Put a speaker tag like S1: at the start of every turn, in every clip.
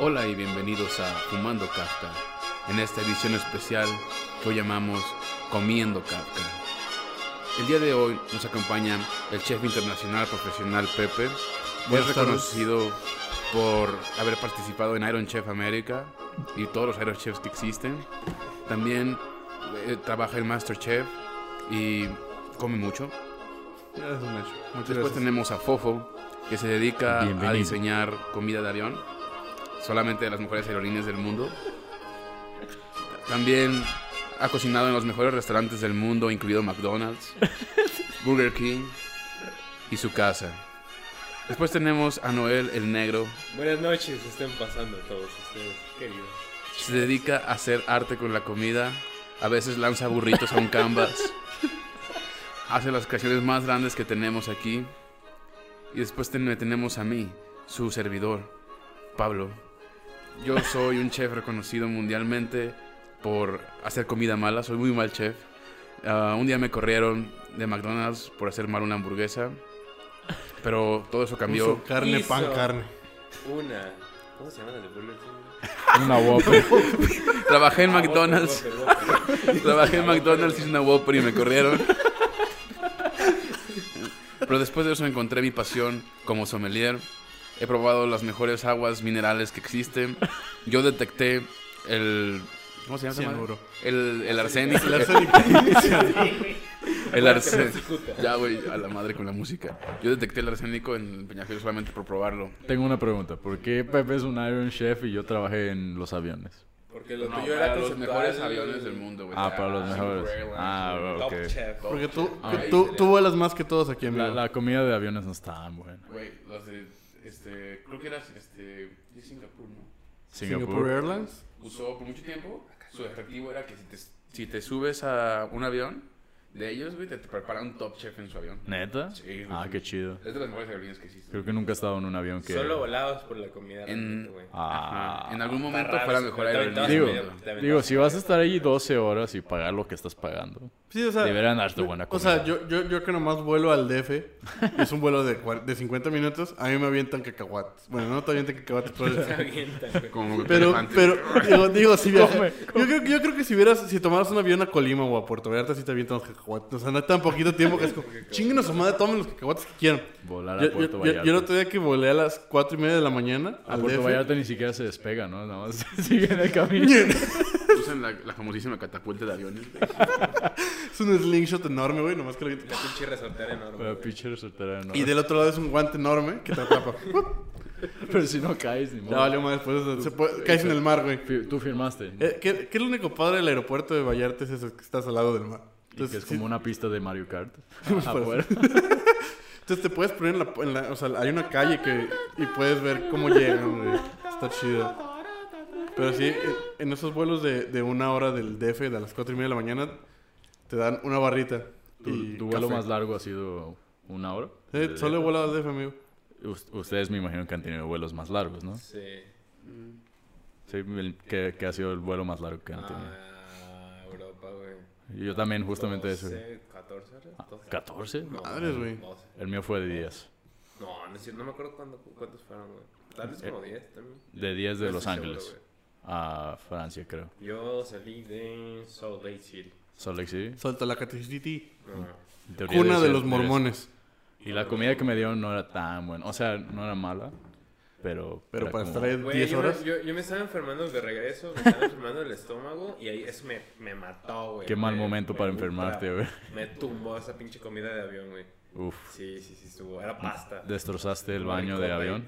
S1: Hola y bienvenidos a Fumando Kafka, en esta edición especial que hoy llamamos Comiendo Kafka. El día de hoy nos acompaña el chef internacional profesional Pepe, es
S2: Buenas tardes.
S1: reconocido por haber participado en Iron Chef América y todos los Iron Chefs que existen. También eh, trabaja en Master Chef y come mucho.
S2: Ya es un hecho. Muchas
S1: Después
S2: gracias.
S1: tenemos a Fofo, que se dedica a
S3: Bienvenido.
S1: diseñar comida de avión, solamente de las mejores aerolíneas del mundo. También ha cocinado en los mejores restaurantes del mundo, incluido McDonald's, Burger King y su casa. Después tenemos a Noel el Negro,
S4: Buenas noches, estén pasando todos ustedes, queridos.
S1: se dedica a hacer arte con la comida, a veces lanza burritos a un canvas, hace las creaciones más grandes que tenemos aquí, y después ten- tenemos a mí, su servidor, Pablo. Yo soy un chef reconocido mundialmente por hacer comida mala, soy muy mal chef. Ah, un día me corrieron de McDonald's por hacer mal una hamburguesa, pero todo eso cambió.
S2: Puso carne,
S4: Hizo.
S2: pan, carne.
S4: Una. ¿Cómo se llaman las de Burger King?
S3: Una Whopper.
S1: Trabajé en
S4: Ah,
S1: McDonald's.
S4: Whopper, Whopper, Whopper.
S1: Trabajé en McDonald's, hice una Whopper y me corrieron. Pero después de eso encontré mi pasión como sommelier. He probado las mejores aguas minerales que existen. Yo detecté el... ¿Cómo se llama? esa madre?
S2: Cianuro.
S1: El, el arsénico. El
S4: Bueno, que
S1: arsénico.
S4: persicuta.
S1: Ya, güey, a la madre con la música. Yo detecté el arsénico en Peñafiel solamente por probarlo.
S3: Tengo una pregunta. ¿Por qué Pepe es un Iron Chef y yo trabajé en los aviones?
S4: Porque lo
S1: No,
S4: tuyo
S1: para
S4: era
S1: los
S4: conceptual,
S1: mejores
S4: el
S1: aviones del mundo, güey.
S3: Ah, para los mejores.
S1: Airlines,
S3: Ah,
S4: Top
S3: ok.
S4: Chef.
S2: Porque tú,
S3: Ah,
S2: que tú, tú vuelas más que todos aquí, amigo.
S3: La, la comida de aviones no está tan buena.
S1: Güey, los de... Este, creo que eras este, de Singapur, ¿no?
S2: Singapore.
S3: Singapur.
S2: Airlines.
S1: usó por mucho tiempo, su efectivo era que si te, si te subes a un avión de ellos, güey, te, te prepara un top chef en su avión.
S3: ¿Neta?
S1: Sí,
S3: Ah,
S1: sí.
S3: qué chido.
S1: Es de las mejores aerolíneas que existen.
S3: Creo que nunca he estado en un avión que...
S4: Solo volados por la comida.
S1: En-
S4: realmente, güey.
S3: Ah.
S1: Ajá. En algún
S4: Está
S1: momento
S4: raro
S1: fue la
S4: eso,
S1: mejor
S4: pero
S1: aerolínea.
S4: también
S1: del
S3: Digo,
S1: mundo.
S4: Te
S3: Digo,
S4: aventaste.
S3: si vas a estar allí 12 horas y pagar lo que estás pagando.
S2: Sí, o sea.
S3: Deberían darte buena
S2: O
S3: comida.
S2: sea, yo, yo, yo que nomás vuelo al DF, y es un vuelo de, cuar- de 50 minutos, a mí me avientan cacahuates. Bueno, no te avientan cacahuates,
S4: Te
S2: pero...
S4: avientas, güey.
S1: Como
S2: Pero,
S1: elefante.
S2: pero, digo, digo, si viajas...
S3: Come,
S2: Yo, creo, yo creo que si vieras, si tomaras un avión a Colima o a Puerto Vallarta, sí te avientan los cacahuates. O sea, no hay tan poquito tiempo que es como, chinguen a su madre, tomen los cacahuates que quieran.
S3: Volar a
S2: Yo,
S3: Puerto
S2: yo, yo,
S3: Vallarta.
S2: yo el otro día que volé a las 4 y media de la mañana
S3: A
S2: al
S3: Puerto
S2: DF,
S3: Vallarta ni siquiera se despega, ¿no? Nada más sigue en el camino.
S1: Usan la, la famosísima catapulta de aviones. güey.
S2: Es un slingshot enorme, güey, nomás que lo avientas.
S4: La pinche resortera enorme.
S3: Pero
S4: güey.
S3: pinche resultará no.
S2: Y del otro lado es un guante enorme que te atrapa.
S3: Pero si no caes, ni
S2: ya
S3: modo.
S2: valió más después. Se puede- caes en el mar, güey.
S3: Fi- Tú firmaste. ¿no?
S2: Eh, ¿Qué, qué es lo único padre del aeropuerto de Vallarta? Es eso, que estás al lado del mar.
S3: Y que es
S2: sí-
S3: como una pista de Mario Kart. Ah,
S2: Pues,
S3: Afuera.
S2: entonces te puedes poner en la, en la- O sea, hay una calle que, y puedes ver cómo llegan, güey. Está chido. Pero sí, eh, en esos vuelos de, de una hora del DF, de las 4 y media de la mañana, te dan una barrita.
S3: Tu,
S2: y
S3: tu vuelo
S2: café.
S3: más largo ha sido una hora.
S2: Eh, solo he volado al DF, amigo.
S3: Us- Ustedes me imagino que han tenido vuelos más largos, ¿no?
S4: Sí.
S3: Sí, el- que, que ha sido el vuelo más largo que han tenido.
S4: Ah, Europa, güey.
S3: Y Yo también, justamente eso. Ah,
S4: 12, 14 horas. 12.
S3: ¿14?
S4: No,
S2: Madres, güey.
S4: 12.
S3: El mío fue de 10.
S4: No, no, es cierto, no me acuerdo cuándo- cuántos fueron, güey. Tal vez como 10 también.
S3: De 10 de
S4: No
S3: Eh, Los
S4: estoy
S3: Ángeles
S4: seguro,
S3: a Francia, creo.
S4: güey. Yo salí de Salt Lake City.
S3: Salt Lake City.
S2: Salta la City.
S4: No.
S3: En teoría
S2: Cuna
S3: debe
S2: de
S3: ser-
S2: los
S3: debe ser-
S2: mormones.
S3: Y la comida que me dieron no era tan buena. O sea, no era mala, pero...
S2: Pero
S3: era
S2: para
S3: como-
S2: estar ahí
S4: Güey,
S2: 10
S4: yo, me-
S2: horas.
S4: yo- yo me estaba enfermando de regreso, me estaba enfermando el estómago y ahí eso me, me mató, güey.
S3: Qué mal
S4: Me-
S3: momento
S4: me
S3: para
S4: ultra-
S3: enfermarte, güey.
S4: Me tumbó esa pinche comida de avión, güey.
S3: Uf.
S4: Sí, sí, sí, estuvo. Era pasta.
S3: Destrozaste el baño de avión.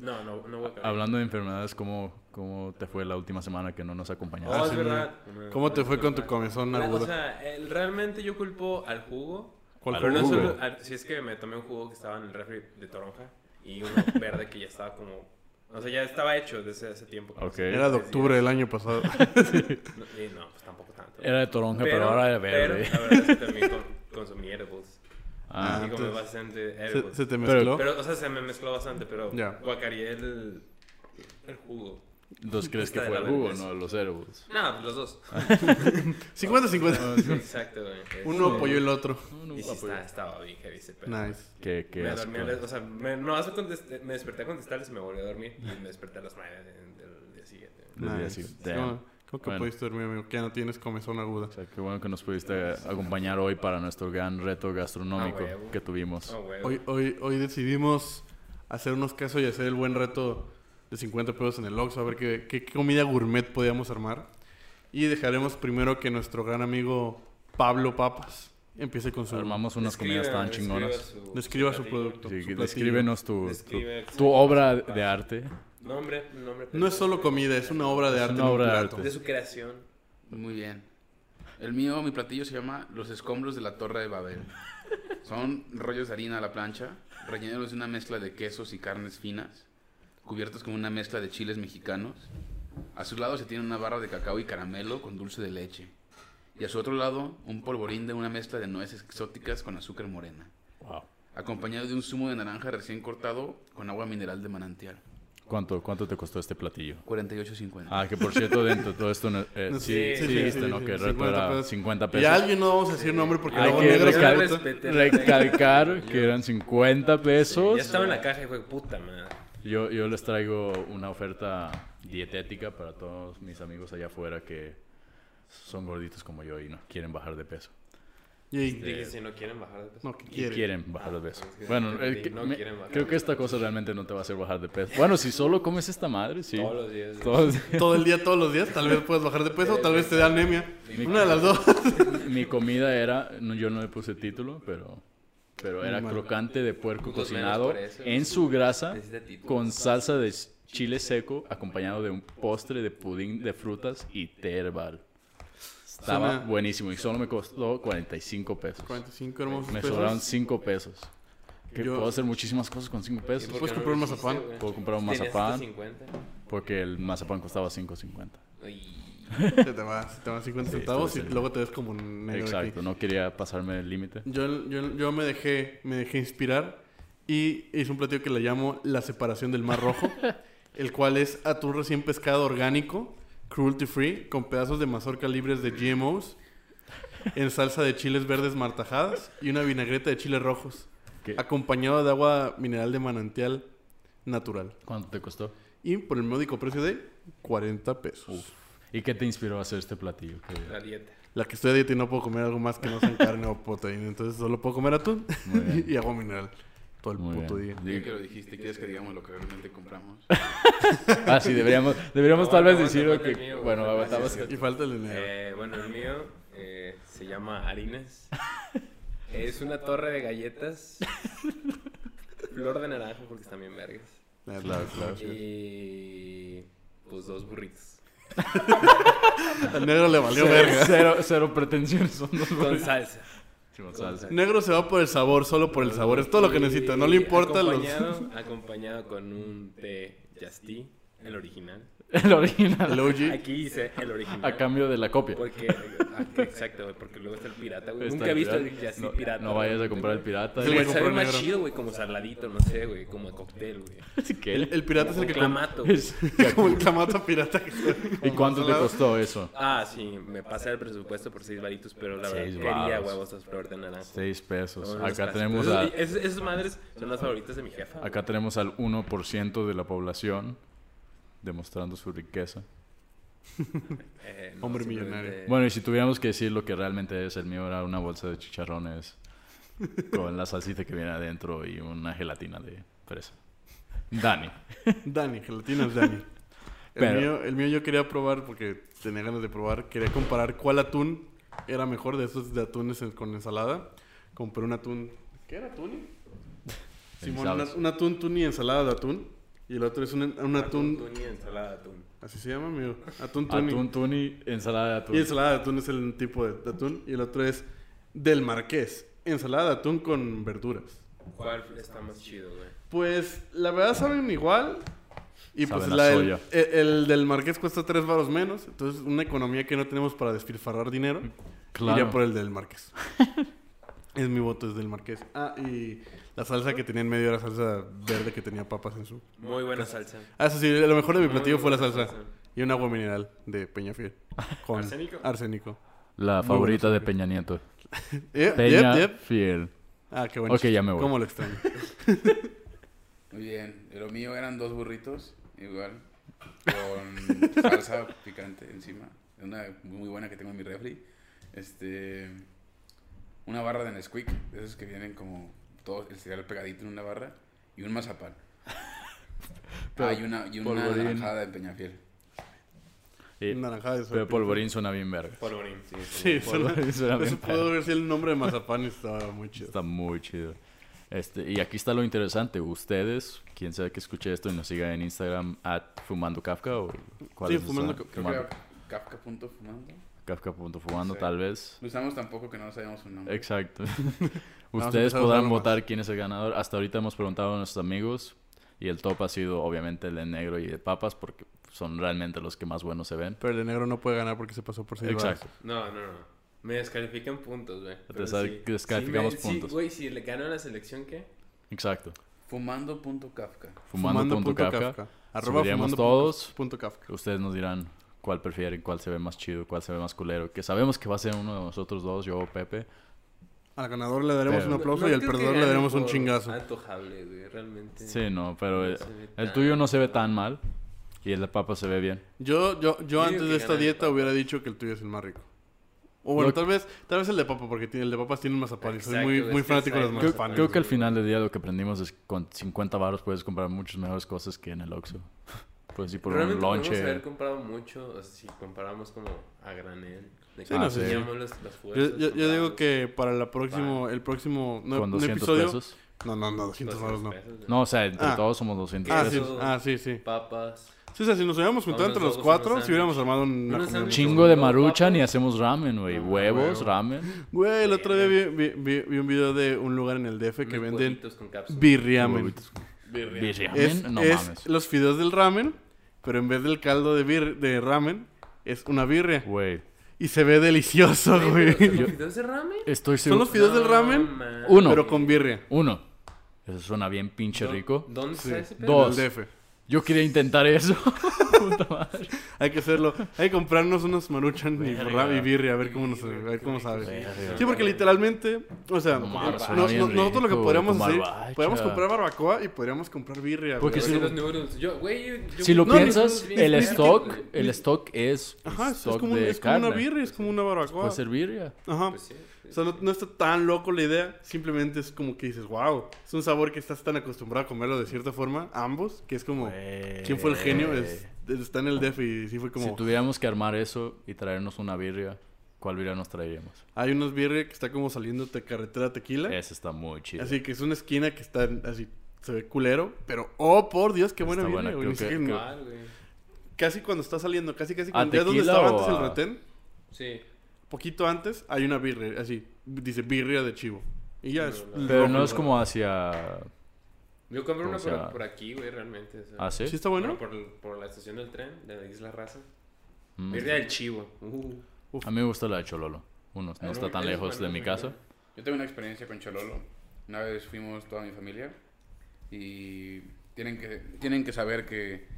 S4: No, no, no voy a acabar.
S3: Hablando de enfermedades, ¿cómo, ¿cómo te fue la última semana que no nos acompañaste?
S4: Oh, es
S2: sí,
S4: verdad.
S2: ¿Cómo te fue con tu comezón
S4: La- O
S2: aguda?
S4: sea, el- eh, realmente yo culpo al jugo.
S2: ¿Cuál
S4: Pero no
S3: jugo?
S4: solo- al- si es que me tomé un jugo que estaba en el refri de toronja y uno verde que ya estaba como... O sea, ya estaba hecho desde hace tiempo.
S3: Ok.
S2: Era de octubre del año pasado.
S4: No, y no, pues tampoco tanto.
S3: Era de toronja, pero, ahora era verde.
S4: pero la verdad es que también con- consumí edibles.
S3: Ah,
S4: y comí
S2: entonces,
S4: bastante
S2: se,
S4: edibles.
S2: se te
S3: Pero-
S2: mezcló.
S4: Pero, o sea, se me mezcló bastante, pero
S2: Ya.
S4: guacareé el, el jugo.
S3: Entonces crees que
S4: Está de
S3: fue
S4: la
S3: el
S4: verga
S3: Hugo,
S4: eso.
S3: no los héroes.
S4: No, los dos.
S3: Ah,
S2: 50-50.
S4: Exacto, güey.
S2: Uno apoyó el otro.
S4: Y sí, está- estaba bien heavy ese pedo.
S2: Nice.
S3: Que,
S4: me
S3: que
S4: dormí, a las- o sea, me, no, hace contest- me desperté a contestarles y me volví a dormir. Y me desperté a las 9 del, del día siguiente.
S3: Pues
S2: Nice. No, creo que
S3: Bueno.
S2: pudiste dormir, amigo. Que ya no tienes comezón aguda.
S3: O sea, qué bueno que nos pudiste acompañar hoy para nuestro gran reto gastronómico
S4: Ah, huevo.
S3: que tuvimos.
S4: Oh, güey.
S2: Hoy, hoy, hoy decidimos hacer unos casos y hacer el buen reto de 50 pesos en el Oxxo. A ver qué, qué comida gourmet podíamos armar. Y dejaremos primero que nuestro gran amigo Pablo Papas empiece con su...
S3: Armamos unas
S4: Describe-
S3: comidas tan
S4: describa
S3: chingonas.
S4: su-
S2: Describa su
S4: platillo.
S2: producto.
S3: Sí,
S2: su platillo.
S3: descríbenos tu,
S4: Describe-
S3: tu, tu obra de arte.
S4: Nombre, nombre.
S2: No es solo comida, es una obra de
S3: Es
S2: arte.
S3: una
S2: en un
S3: obra de
S2: plato.
S4: De su creación.
S1: Muy bien. El mío, mi platillo se llama Los escombros de la Torre de Babel. Son rollos de harina a la plancha, rellenos de una mezcla de quesos y carnes finas, cubiertos con una mezcla de chiles mexicanos. A su lado se tiene una barra de cacao y caramelo con dulce de leche. Y a su otro lado, un polvorín de una mezcla de nueces exóticas con azúcar morena,
S3: Wow.
S1: acompañado de un zumo de naranja recién cortado con agua mineral de manantial.
S3: ¿Cuánto, ¿Cuánto te costó este platillo?
S1: 48.50.
S3: Ah, que por cierto, dentro de todo esto... no- eh,
S2: No,
S3: sí,
S2: sí,
S3: sí,
S2: sí,
S3: dijiste,
S2: sí,
S3: ¿no?
S2: sí,
S3: que el
S2: 50
S3: reto era
S2: pesos.
S3: 50
S2: Y
S3: pesos.
S2: a alguien no vamos a decir nombre porque
S3: Hay
S2: luego
S3: que
S2: negro se
S3: recal-
S2: puta.
S4: Respeten.
S3: Recalcar que eran 50
S4: Ya
S3: pesos.
S4: estaba en la caja y fue puta madre.
S3: Yo, yo les traigo una oferta dietética para todos mis amigos allá afuera que son gorditos como yo y no quieren bajar de peso.
S2: Y-
S4: Dije, si no quieren bajar de peso.
S2: No, ¿qué
S3: Y
S2: quiere?
S3: quieren bajar de peso.
S4: es que
S3: Bueno,
S4: te
S3: el
S4: entendí,
S3: que-
S4: no
S3: me-
S4: quieren bajar
S3: creo
S4: de
S3: que esta cosa realmente no te va a hacer bajar de peso. Bueno, si solo comes esta madre, sí.
S4: Todos los días.
S3: Todos-
S2: Todo el día, todos los días, tal vez puedas bajar de peso, tal vez te da anemia.
S3: Mi-
S2: Una de las dos.
S3: Mi comida era, no, yo no le puse título, pero, pero era
S2: Mal.
S3: crocante de puerco
S4: Puntos
S3: cocinado
S4: menos por eso.
S3: en su grasa
S4: Necesita título.
S3: con salsa de chile seco acompañado de un postre de pudín de frutas y terbal. Estaba
S2: Suena-
S3: buenísimo y solo me costó 45 pesos.
S2: 45 hermosos
S3: Me
S2: pesos.
S3: sobraron 5 pesos. Que
S2: Yo-
S3: puedo hacer muchísimas cosas con 5
S4: ¿Y
S3: pesos.
S4: por
S2: puedes
S4: qué
S2: comprar un
S4: lo hiciste,
S2: mazapán?
S4: güey?
S3: Puedo comprar un
S4: Tenías
S3: mazapán.
S4: 150.
S3: Porque el mazapán costaba 5.50.
S4: Uy.
S2: Se te va, se te van 50
S3: Sí,
S2: centavos y
S3: estuvo serio.
S2: luego te ves como un negro aquí.
S3: Exacto, no quería pasarme el límite.
S2: Yo, yo, yo me dejé me dejé inspirar y hice un platillo que le llamo la separación del mar rojo, el cual es atún recién pescado orgánico, cruelty free, con pedazos de mazorca libres de GMOs, en salsa de chiles verdes martajadas y una vinagreta de chiles rojos,
S3: ¿Qué?
S2: acompañado de agua mineral de manantial natural.
S3: ¿Cuánto te costó?
S2: Y por el módico precio de 40 pesos.
S3: ¿Y qué te inspiró a hacer este platillo? ¿Qué-
S4: La dieta.
S2: La que estoy a dieta y no puedo comer algo más que no sea carne o proteína, entonces solo puedo comer atún
S3: Muy bien.
S2: y agua mineral todo el
S3: Muy
S2: puto
S3: bien.
S2: día.
S1: Ya que lo dijiste, ¿quieres que digamos lo que realmente compramos?
S3: Ah, sí, deberíamos, deberíamos tal vez
S4: Aguanta,
S3: decir
S4: aguanta
S3: que...
S4: el mío,
S3: bueno,
S4: aguanta,
S3: aguantamos...
S4: gracias.
S2: Y falta el dinero.
S4: Eh, bueno, el mío eh, se llama Harines. Es una torre de galletas. Flor de naranja porque están bien vergas.
S2: La-
S3: claro, claro.
S4: Y pues dos burritos.
S2: Al negro le valió
S3: Cero,
S2: verga.
S3: cero, cero pretensiones. Son dos
S4: Con salsa.
S3: Con salsa.
S2: Negro se va por el sabor, solo por el sabor. Es todo lo que
S4: Y
S2: necesita. No le importa los.
S4: acompañado, acompañado con un té Yastí, el original.
S3: El original.
S2: El OG.
S4: Aquí hice el original.
S3: A cambio de la copia.
S4: Porque, ah, que- exacto, güey, porque luego está el pirata, güey.
S3: Está
S4: Nunca he visto
S3: pirata.
S4: el Yastí
S3: no,
S4: pirata.
S3: No vayas a
S4: güey.
S3: comprar el pirata.
S2: Sí,
S4: Güey,
S2: güey,
S4: sabe
S2: compró
S4: más
S2: negro.
S4: chido, güey, como saladito, no sé, güey, como a cóctel, güey.
S3: ¿Qué?
S2: El pirata es el
S4: Un
S2: que
S4: clamato, güey.
S3: Es-
S2: come- Como el clamato pirata. que-
S3: ¿Y cuánto te costó eso?
S4: Ah, sí, me pasé el presupuesto por seis varitos, pero la
S3: Seis
S4: verdad quería
S3: varos.
S4: huevos a flor de naranja.
S3: Seis pesos.
S4: Son unos
S3: Acá
S4: casi-
S3: tenemos
S4: esos-
S3: a...
S4: y esos- esas madres son las favoritas de mi jefa.
S3: Acá tenemos al 1% de la población demostrando su riqueza.
S4: Eh, simplemente-
S2: Hombre millonario.
S3: Bueno, y si tuviéramos que decir lo que realmente es, el mío era una bolsa de chicharrones con la salsita que viene adentro y una gelatina de fresa. Dani.
S2: Dani, gelatinas Dani. El,
S3: Pero-
S2: mío, el mío yo quería probar porque tenía ganas de probar. Quería comparar cuál atún era mejor de esos de atunes en- con ensalada. Compré un atún. ¿Qué era atún? Simón, un,
S3: Guisados.
S2: at- un atún tuni ensalada de atún. Y el otro es un, un
S4: Atún,
S2: atún.
S4: atún y ensalada de atún.
S2: Así se llama, amigo. Atún tuni.
S3: Atún, tuni, ensalada de atún.
S2: Y ensalada de atún es el tipo de, de atún. Y el otro es del marqués. Ensalada de atún con verduras.
S4: ¿Cuál está más chido, güey?
S2: Pues la verdad saben igual. Y pues
S3: Saben a
S2: la del-
S3: soya.
S2: el, el del marqués cuesta tres varos menos. Entonces una economía que no tenemos para despilfarrar dinero.
S3: Mm, Claro.
S2: Iría por el del marqués. Es mi voto, es del Marqués. Ah, y la salsa que tenía en medio era salsa verde que tenía papas en su.
S4: Muy buena
S3: Pues,
S4: salsa.
S2: Ah, eso sí, lo mejor de mi platillo
S4: Muy
S2: fue la
S4: buena
S2: salsa. Y un agua mineral de Peñafiel. Con
S4: Arsénico.
S2: Arsénico.
S3: La
S2: Muy
S3: favorita
S2: buena
S3: de Peña Nieto.
S2: Yep,
S3: Peña
S2: yep, yep.
S3: Fiel.
S2: Ah, qué bueno.
S3: Ok, ya me voy.
S2: ¿Cómo lo extraño?
S1: Muy bien. Lo mío eran dos burritos, igual, con salsa picante encima. Es Una muy buena que tengo en mi refri. Este, una barra de Nesquik, de esos que vienen como todo el cereal pegadito en una barra, y un mazapán.
S3: Pero,
S1: Ah, y una, y una
S3: polvorín.
S1: naranjada de Peñafiel.
S3: Eh,
S2: Naranjada de sol.
S3: pero Polvorín suena bien verga.
S4: Polvorín, sí.
S2: Sí, suena,
S3: Polvorín suena bien
S2: eso pudo ver si el nombre de mazapán estaba muy chido.
S3: Está muy chido. Este, y aquí está lo interesante. Ustedes, quien sea que escuche esto y nos siga en Instagram, at Fumando Kafka o cuál
S2: Sí,
S3: es nuestra-
S2: Fumando Kafka.
S1: Creo que era Kafka.fumando.
S3: Kafka.fumando,
S1: Sí.
S3: tal vez.
S1: Lo usamos tampoco que no sabíamos su nombre.
S3: Exacto.
S2: Vamos a
S3: Ustedes
S2: empezar a usarlo
S3: podrán
S2: más.
S3: votar quién es el ganador. Hasta ahorita hemos preguntado a nuestros amigos y el top ha sido obviamente el de negro y de papas porque son realmente los que más buenos se ven.
S2: Pero el de negro no puede ganar porque se pasó por seis
S3: Exacto.
S4: No, no, no. Me descalifican puntos, güey. Pero
S3: descal- descalificamos
S4: sí,
S3: puntos.
S4: Sí, güey, si le gano la selección, ¿qué?
S3: Exacto.
S1: Fumando.kafka.
S3: Fumando.kafka.
S2: Arroba
S3: Subiremos
S2: fumando
S3: todos.
S2: Punto Kafka.
S3: Ustedes nos dirán cuál prefieren, cuál se ve más chido, cuál se ve más culero. Que sabemos que va a ser uno de nosotros dos, yo o Pepe.
S2: Al ganador le daremos
S3: Pero-
S2: un
S3: No-
S2: aplauso
S4: No
S2: y al
S4: creo que
S2: perdedor le
S4: gane
S2: daremos un
S4: por Ah,
S2: chingazo.
S4: Antojable, güey, realmente.
S3: Sí, no, pero
S4: No
S3: eh,
S4: se ve
S3: el
S4: tan-
S3: tuyo no se ve tan mal y el de papa se ve bien.
S2: Yo, yo, yo
S4: digo
S2: antes
S4: que
S2: de esta
S4: gana el
S2: dieta
S4: papa.
S2: hubiera dicho que el tuyo es el más rico. O bueno,
S3: Lo-
S2: tal vez, tal vez el de papa, porque tiene- el de papas tiene un mazapán. Y soy
S4: Exacto,
S2: muy,
S4: es
S2: muy
S4: que
S2: fanático de los
S4: sabe
S3: Creo,
S4: Mazapanes,
S2: mazapanes.
S3: creo que al
S4: güey.
S3: final del día lo que aprendimos es que con 50 baros puedes comprar muchas mejores cosas que en el Oxxo. Puedes ir por
S4: Realmente
S3: un
S4: podemos
S3: lonche.
S4: haber comprado mucho, o sea, si comparamos como a granel. De
S2: Sí,
S4: que
S3: no sé.
S4: teníamos las- las fuerzas,
S2: Yo, yo- yo digo
S4: compramos
S2: que para la próximo, el próximo no,
S3: Con
S2: no
S3: 200
S2: episodio.
S3: pesos.
S2: No, no, no, 200
S4: 200
S2: euros no.
S4: pesos, güey.
S3: No, o sea, entre
S2: Ah.
S3: todos somos 200
S2: Ah sí,
S3: pesos.
S4: Queso.
S2: ah, sí, sí.
S4: Papas.
S2: Sí, o sea, si nos hubiéramos juntado
S4: Unos
S2: entre los
S4: dogos,
S2: cuatro,
S4: unos
S2: si hubiéramos
S4: sándwiches.
S2: armado una
S4: Unos
S2: comida.
S4: sándwiches.
S3: Chingo de
S4: Papas.
S3: maruchan y hacemos ramen, güey. Huevos,
S2: huevo.
S3: ramen.
S2: Güey, el otro día vi, vi- vi- vi un video de un lugar en el DF que
S4: unos
S2: venden
S4: Eh, huevitos con cápsula.
S2: birriamen.
S3: Birriamen,
S2: Es,
S3: no
S2: es
S3: mames.
S2: los fideos del ramen, pero en vez del caldo de, bir- de ramen, es una birria.
S3: Güey,
S2: Y se ve delicioso,
S4: Güey,
S2: güey.
S4: pero ¿son los fideos de ramen?
S3: estoy
S2: Son
S3: seguro.
S2: los fideos
S4: No,
S2: del ramen,
S4: man.
S3: Uno.
S2: pero con birria.
S3: Uno. Eso suena bien pinche
S4: ¿Dó-
S3: rico.
S4: ¿Dónde
S2: Sí.
S4: está ese pedo?
S3: Dos.
S2: Del DF.
S3: Yo quería intentar eso. Puta madre.
S2: Hay que hacerlo. Hay que comprarnos unos maruchan y,
S3: Verga.
S2: ra- y birria, a ver cómo, nos, a ver cómo sabe.
S3: Verga.
S2: Sí, porque literalmente, o sea,
S3: No mames,
S2: no-
S3: suena
S2: no-
S3: bien
S2: nosotros lo que
S3: rico,
S2: podríamos
S3: con
S2: hacer,
S3: barbacha.
S2: podríamos comprar barbacoa y podríamos comprar birria.
S3: Porque
S4: Pero
S2: güey.
S3: si
S4: sí
S3: lo-
S4: los noodles. Yo, güey, yo- yo-
S3: Si lo
S4: no,
S3: piensas,
S4: los noodles
S3: el
S4: bien
S3: stock,
S4: verga, güey.
S3: el stock es
S2: Ajá, es, es
S3: stock
S2: como, un-
S3: de
S2: es como una
S3: carne.
S2: birria, es como una barbacoa.
S3: Puede ser birria.
S2: Ajá.
S4: Pues sí, sí,
S2: O sea, no, no está tan loco la idea, simplemente es como que dices, wow, es un sabor que estás tan acostumbrado a comerlo de cierta forma, ambos, que es como, ¿quién fue el genio? Es- es- está en el DF y sí fue como,
S3: Si tuviéramos que armar eso y traernos una birria, ¿cuál birria nos traeríamos?
S2: hay unos birria que está como saliendo de carretera tequila,
S3: Esa está muy chida.
S2: así que es una esquina que está en- así, se ve culero, pero, oh, por Dios, qué buena
S3: Está
S2: birria,
S3: buena,
S2: güey, ni
S3: creo que-
S2: siquiera-
S3: creo-
S4: mal, güey.
S2: Casi cuando está saliendo, casi, casi,
S3: ¿A
S2: cuando, ya donde
S3: tequila
S2: estaba
S3: o
S2: antes el
S3: a-
S2: retén,
S4: Sí.
S2: poquito antes, hay una birria, así, dice birria de chivo, y ya es...
S4: Pero
S3: Pero
S2: rojo,
S3: no es
S2: güey.
S3: como hacia...
S4: Yo compré
S3: ¿Cómo
S4: una
S3: se llama?
S4: por, por aquí, güey, realmente. o sea.
S3: ¿Ah, sí?
S2: ¿Sí está bueno?
S4: Bueno, por, el- por la estación del tren de la Isla Raza.
S3: Mm.
S4: Birria del Chivo. Uh.
S3: A mí me gusta la de Chololo. Uno, no está tan lejos de mi casa.
S1: Yo tengo una experiencia con Chololo. Una vez fuimos toda mi familia y tienen que, tienen que saber que,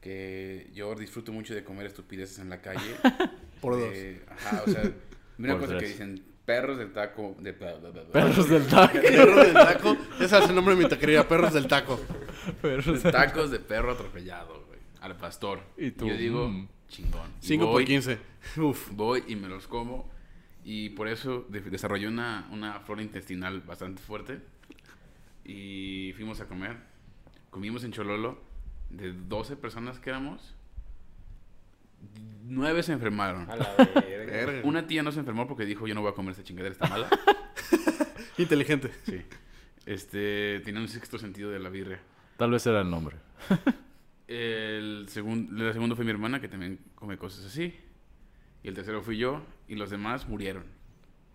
S1: que yo disfruto mucho de comer estupideces en la calle.
S2: Por dos.
S1: Eh, ajá, o sea, una
S3: Por
S1: cosa que
S3: tres.
S1: dicen perros del taco de bla, bla, bla, bla.
S3: Perros del taco.
S2: Perros del taco. Ese es el nombre de mi taquería, perros del taco.
S3: Perros del
S1: tacos de perro atropellado, güey, al pastor.
S3: Y tú,
S1: yo digo,
S3: mm.
S1: chingón. Y
S2: 5 por
S1: voy-
S2: 15. Uf.
S1: voy y me los como. Y por eso de- desarrollé una, una flora intestinal bastante fuerte. Y fuimos a comer. Comimos en Chololo. De 12 personas que éramos, 9 se enfermaron.
S4: A la verga.
S2: Verga.
S1: Una tía no se enfermó porque dijo, yo no voy a comer esta chingadera, está mala.
S2: Inteligente.
S1: Sí. Este, tenía un sexto sentido de la birria.
S3: Tal vez era el nombre.
S1: El segundo, la segunda fue mi hermana, que también come cosas así. Y el tercero fui yo. Y los demás murieron.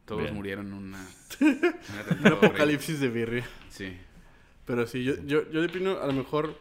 S1: Todos
S3: Bien.
S1: murieron en una... un
S2: Un
S1: atentado
S2: apocalipsis de birria.
S1: horrible. Sí.
S2: Pero sí, yo, yo, yo opino, a lo mejor.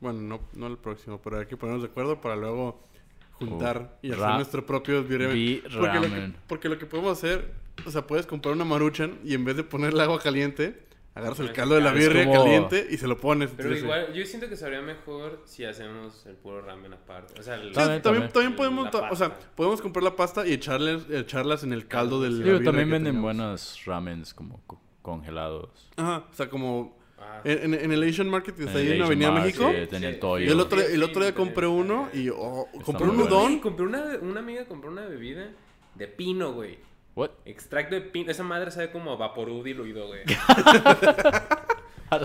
S2: Bueno, no, no el próximo, pero hay que ponernos de acuerdo para luego juntar
S3: Oh.
S2: y hacer
S3: Ra-
S2: nuestro propio birria.
S3: Vi
S2: Porque lo, que,
S3: ramen.
S2: porque lo que podemos hacer o sea, puedes comprar una maruchan y en vez de ponerle agua caliente, agarras el
S4: Pones
S2: caldo de la
S4: acá.
S3: Es
S2: birria
S3: como-
S2: caliente y se lo pones.
S4: Pero
S2: Entonces,
S4: igual, yo siento que sabría mejor si hacemos el puro ramen aparte. O sea, el-
S2: sí,
S3: También-
S2: también,
S4: también.
S2: también, podemos,
S4: La
S2: ta- o sea,
S4: pasta.
S2: podemos comprar la pasta y echarles, echarlas en el caldo del.
S3: Digo, también venden buenos ramens como co- congelados.
S2: Ajá, o sea, como
S4: Ah,
S2: en, en- en el Asian Market que está ahí en
S3: Asian
S2: Avenida
S3: Market,
S2: México.
S3: En Eh, el
S4: Sí.
S3: Toyo.
S2: Yo el otro,
S4: Sí,
S2: el
S4: sí,
S2: otro día
S4: sí,
S2: compré
S4: sí.
S2: uno y oh,
S3: Está
S2: compré
S3: muy
S2: un
S3: bueno.
S2: udon.
S4: Güey, compré una, una amiga compró una bebida de pino, güey.
S3: What?
S4: Extracto de pino. Esa madre sabe como a vaporú diluido, güey.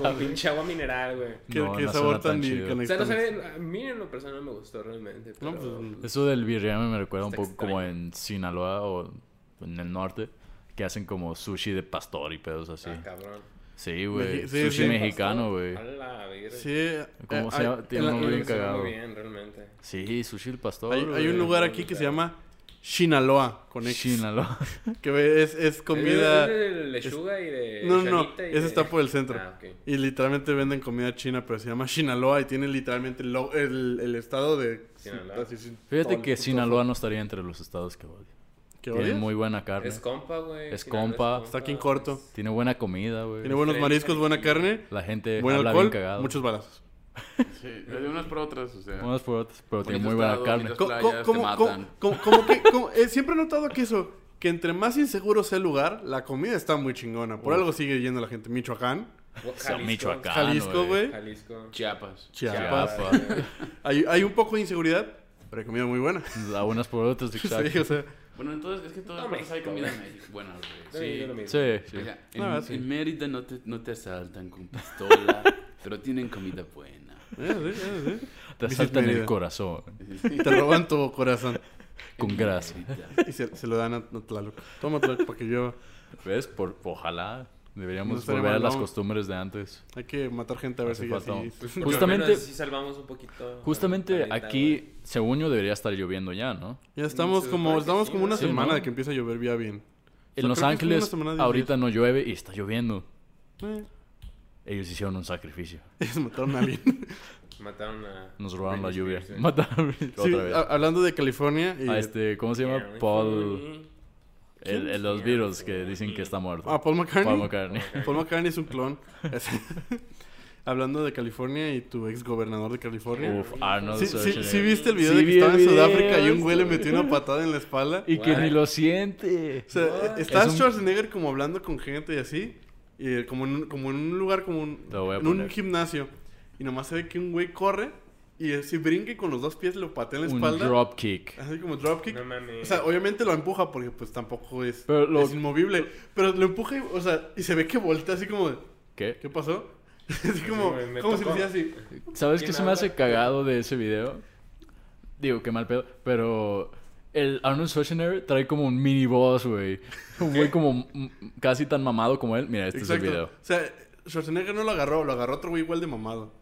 S4: Con pinche agua mineral, güey.
S2: Que,
S3: No,
S2: que
S3: no suena
S2: sabor
S3: tan
S2: tan, di-
S3: chido.
S2: que
S4: O sea, no
S2: necesitan.
S4: sé, a mí en lo personal no me gustó realmente. Pero...
S2: No, pues,
S3: Eso del birriame me recuerda un
S4: Está
S3: poco como
S4: extraño.
S3: en Sinaloa o en el norte, que hacen como sushi de pastor y pedos así.
S4: Ah, cabrón.
S3: Sí, güey.
S2: Meji- sí,
S3: sushi
S2: sí.
S3: mexicano, güey.
S4: A la verga.
S2: Sí, eh,
S3: ¿Cómo se
S2: hay-
S3: llama? Tiene
S2: en la-
S3: un nombre
S2: en la-
S3: bien
S4: Está
S3: cagado.
S4: Muy bien, realmente.
S3: Sí, sushi el pastor.
S2: Hay, hay
S3: güey.
S2: un lugar aquí que se llama Sinaloa con X,
S3: Sinaloa.
S2: Que es, es
S4: Es
S2: comida.
S4: de lechuga y de.
S2: No, no, no.
S4: chanita y
S2: Ese
S4: de-
S2: está por el centro.
S4: Ah, ok.
S2: Y literalmente venden comida china, pero se llama Sinaloa y tiene literalmente el, lo- el, el estado de.
S4: Sinaloa.
S2: así, sin- todo
S3: Fíjate
S2: el
S3: que
S2: puto-
S3: Sinaloa no estaría entre los estados que odio.
S2: ¿Qué
S3: Tiene
S2: odias?
S3: muy buena carne.
S4: Es compa, güey.
S3: Es
S4: Sinaloa
S3: compa.
S2: Está aquí en corto.
S3: Tiene buena comida, güey.
S2: Tiene buenos
S4: Tres
S2: mariscos, buena
S4: carretillas.
S2: carne,
S3: La gente
S2: buen
S3: habla
S2: alcohol,
S3: bien cagado.
S2: muchos balazos.
S1: Sí, de unas por otras, o sea.
S3: Unas por otras, pero tiene
S1: Bonito
S3: muy buena
S1: estado,
S3: carne.
S1: bonito
S2: Co-
S1: playas,
S2: co-
S1: te
S2: como- co-
S1: matan.
S2: co- como que- como- eh, siempre he notado que eso, que entre más inseguro sea el lugar, la comida está muy chingona. Por algo sigue yendo la gente. Michoacán,
S4: pues, Jalisco.
S3: Michoacán. Ah,
S2: Jalisco,
S3: no,
S2: güey,
S4: Jalisco.
S1: Chiapas.
S2: Chiapas.
S3: Chiapas.
S2: Hay, hay un poco de inseguridad, pero hay comida muy buena.
S3: A unas por otras,
S2: Sí,
S3: exacto.
S2: o sea,
S1: Bueno, entonces es que todas
S4: No,
S1: partes hay
S4: México,
S1: comida en
S4: güey.
S1: México. Bueno, güey.
S4: Sí,
S1: Sí.
S4: lo mismo.
S3: Sí, sí.
S1: O sea, en,
S2: La verdad, sí.
S1: en Mérida no te, no te asaltan con pistola, pero tienen comida buena.
S2: eh, sí, eh,
S3: Te
S2: Visit
S3: asaltan el
S2: Mérida.
S3: corazón
S2: sí. te roban tu corazón
S3: con gracia.
S2: y se, se lo dan a, a Tlaloc. Toma Tlaloc para que llueva.
S3: ¿Ves? Por, ojalá
S2: No
S3: deberíamos
S2: estaría
S3: volver a
S2: mal,
S3: las
S2: ¿no?
S3: costumbres de antes.
S2: Hay que matar gente a ver
S3: Hace
S2: si
S3: falta
S2: así.
S4: Pues
S3: Justamente-
S4: justamente. Sí, salvamos un poquito.
S3: Justamente
S4: la neta, güey.
S3: aquí, según yo, debería estar lloviendo ya, ¿no?
S2: Ya estamos
S4: Se
S2: como,
S4: supone que
S2: estamos
S4: sí,
S2: como una
S4: ¿no?
S3: Sí,
S2: semana
S3: ¿no?
S2: de que empieza a llover ya bien. O sea,
S3: En Los
S2: creo que es como una
S3: Ángeles
S2: semana, diez
S3: ahorita no llueve y está lloviendo.
S2: días. Eh,
S3: Ellos hicieron un sacrificio.
S2: ellos mataron a alguien.
S4: Mataron a.
S3: Nos robaron la
S4: Britney
S3: lluvia.
S4: Spears, güey.
S3: Mataron a Britney
S2: Sí,
S3: otra vez.
S2: a- hablando de California y
S3: A este, ¿cómo se llama?
S4: Yeah,
S3: Paul...
S4: Whitney.
S3: El, el- los Beatles que dicen que está muerto.
S2: Ah, Paul McCartney.
S3: Paul McCartney.
S2: Paul McCartney es un clon. Es- Hablando de California y tu ex gobernador de California.
S3: Uf, Arnold
S2: Sí, sí,
S3: Schwarzenegger.
S2: sí viste el video
S3: Sí
S2: de
S3: vi
S2: que
S3: el
S2: estaba en Sudáfrica y
S3: video,
S2: un güey le
S3: sí.
S2: metió una patada en la espalda.
S3: Y que
S4: Guay.
S3: ni lo siente.
S2: O sea,
S4: What?
S2: está
S3: Es un-
S2: Schwarzenegger como hablando con gente y así. Y eh, como en un, como en un lugar, como un,
S3: Lo voy a
S2: en un
S3: poner.
S2: gimnasio. Y nomás se ve que un güey corre y así brinca y con los dos pies lo patea en la
S3: Un
S2: espalda.
S3: dropkick.
S2: Así como dropkick.
S4: No mames.
S2: O sea, obviamente lo empuja porque pues tampoco es,
S3: Pero lo-
S2: es inmovible. Pero lo empuja y, o sea, y se ve que voltea así como de,
S3: ¿Qué?
S2: ¿qué pasó? así como,
S4: me- me
S2: como si le
S4: tocó.
S2: hiciera así.
S3: ¿Sabes
S4: ¿Quién
S3: qué se me hace
S4: habla?
S3: cagado de ese video? Digo, qué mal pedo. Pero el Arnold Schwarzenegger trae como un mini boss, güey. Un güey como m- casi tan mamado como él. Mira, este es
S2: Exacto.
S3: el video.
S2: O sea, Schwarzenegger no lo agarró, lo agarró otro güey igual de mamado.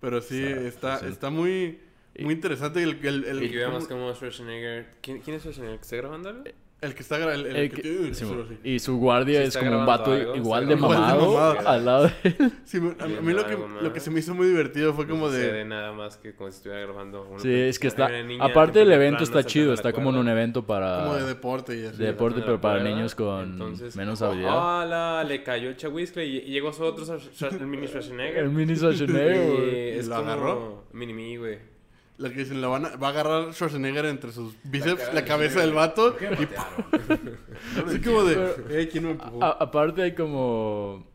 S2: Pero sí,
S3: O sea, pues
S2: está,
S3: sí.
S2: está muy, muy interesante el, el, el-
S4: Y que veamos
S2: como-
S4: cómo Schwarzenegger. ¿Quién, quién es Schwarzenegger? ¿Que ¿Está grabando algo?
S2: el que está gra- el, el
S3: El
S2: que
S3: que-
S2: tiene-
S3: sí, güey.
S2: sí.
S3: y su guardia es
S4: Sí, está
S3: como un
S4: grabando
S3: vato
S4: algo,
S3: igual
S4: está
S3: de
S2: grabando algo.
S3: mamado
S4: Igual de
S3: al lado de él.
S2: Sí, me- a, a mí lo que,
S4: Algo más.
S2: lo que se me hizo muy divertido fue como
S4: Se ve
S2: de...
S4: nada más que como si estuviera grabando. una
S3: Sí, es que está...
S4: película. Hay una niña
S3: Aparte el
S4: temprano
S3: evento está
S4: saltando
S3: chido.
S4: la
S3: Está como en
S4: cuerda.
S3: un evento para...
S2: Como de deporte y así.
S3: De- deporte,
S4: Saltando la
S3: pero para
S4: cuerda.
S3: niños con menos habilidad.
S4: ¡Hala! Le cayó el Chahuiscle y, y llegó su otro Schwar- Schwar- el mini
S3: El
S4: Schwarzenegger.
S3: mini Schwarzenegger, güey.
S4: Y es
S2: ¿Lo
S4: como
S2: agarró?
S4: Mini mi, güey.
S2: La que dicen, la van a- va a agarrar Schwarzenegger entre sus bíceps,
S1: cara
S2: la,
S1: de
S2: cabeza del vato. Y así como de, eh, ¿quién me empujó?
S3: A- aparte hay como...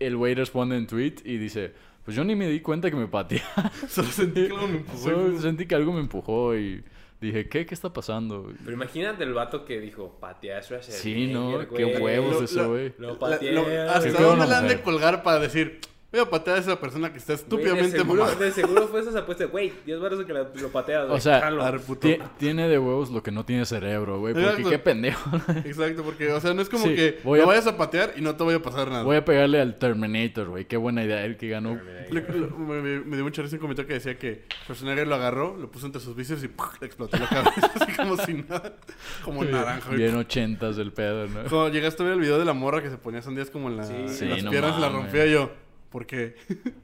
S3: El güey responde en tweet y dice... Pues yo ni me di cuenta que me pateé.
S2: Solo sentí que algo me empujó.
S3: Solo sentí que algo me empujó y... Dije, ¿qué? ¿Qué está pasando?
S4: Pero imagínate el vato que dijo, patea a Schwarzenegger.
S3: Sí, ¿no? Qué
S4: güey".
S3: huevos
S2: Lo-
S3: ese
S2: lo-
S3: güey.
S4: Lo
S2: La-
S4: patea.
S2: lo-
S3: Sí,
S2: ¿Hasta
S3: fue una
S2: dónde la han de
S3: mujer.
S2: colgar para decir, voy a patear a esa persona que está
S4: Güey, de
S2: estúpidamente
S4: seguro-
S2: mamada?
S4: De seguro fue esas apuestas. Güey, 10 baros que la- lo pateas.
S3: O sea,
S2: Arre, puto.
S3: Tie- tiene de huevos lo que no tiene cerebro, güey. Porque
S2: Exacto.
S3: qué pendejo.
S2: Exacto, porque, o sea, no es como
S3: Sí,
S2: que
S3: voy
S2: lo
S3: a-
S2: vayas a patear y no te voy a pasar nada.
S3: Voy a pegarle al Terminator, güey. Qué buena idea. El que ganó.
S2: Le- lo- me, me- me dio mucha risa un comentario que decía que Schwarzenegger lo agarró, lo puso entre sus bíceps y ¡puj! le explotó la cabeza, así como sin nada, como naranja. güey.
S3: Bien ochentas del pedo, ¿no?
S2: Cuando llegaste a ver el video de la morra que se ponía sandías como en, la-
S4: Sí.
S2: en
S4: Sí,
S2: las
S3: no
S2: piernas y la
S3: mames.
S2: rompía yo. Porque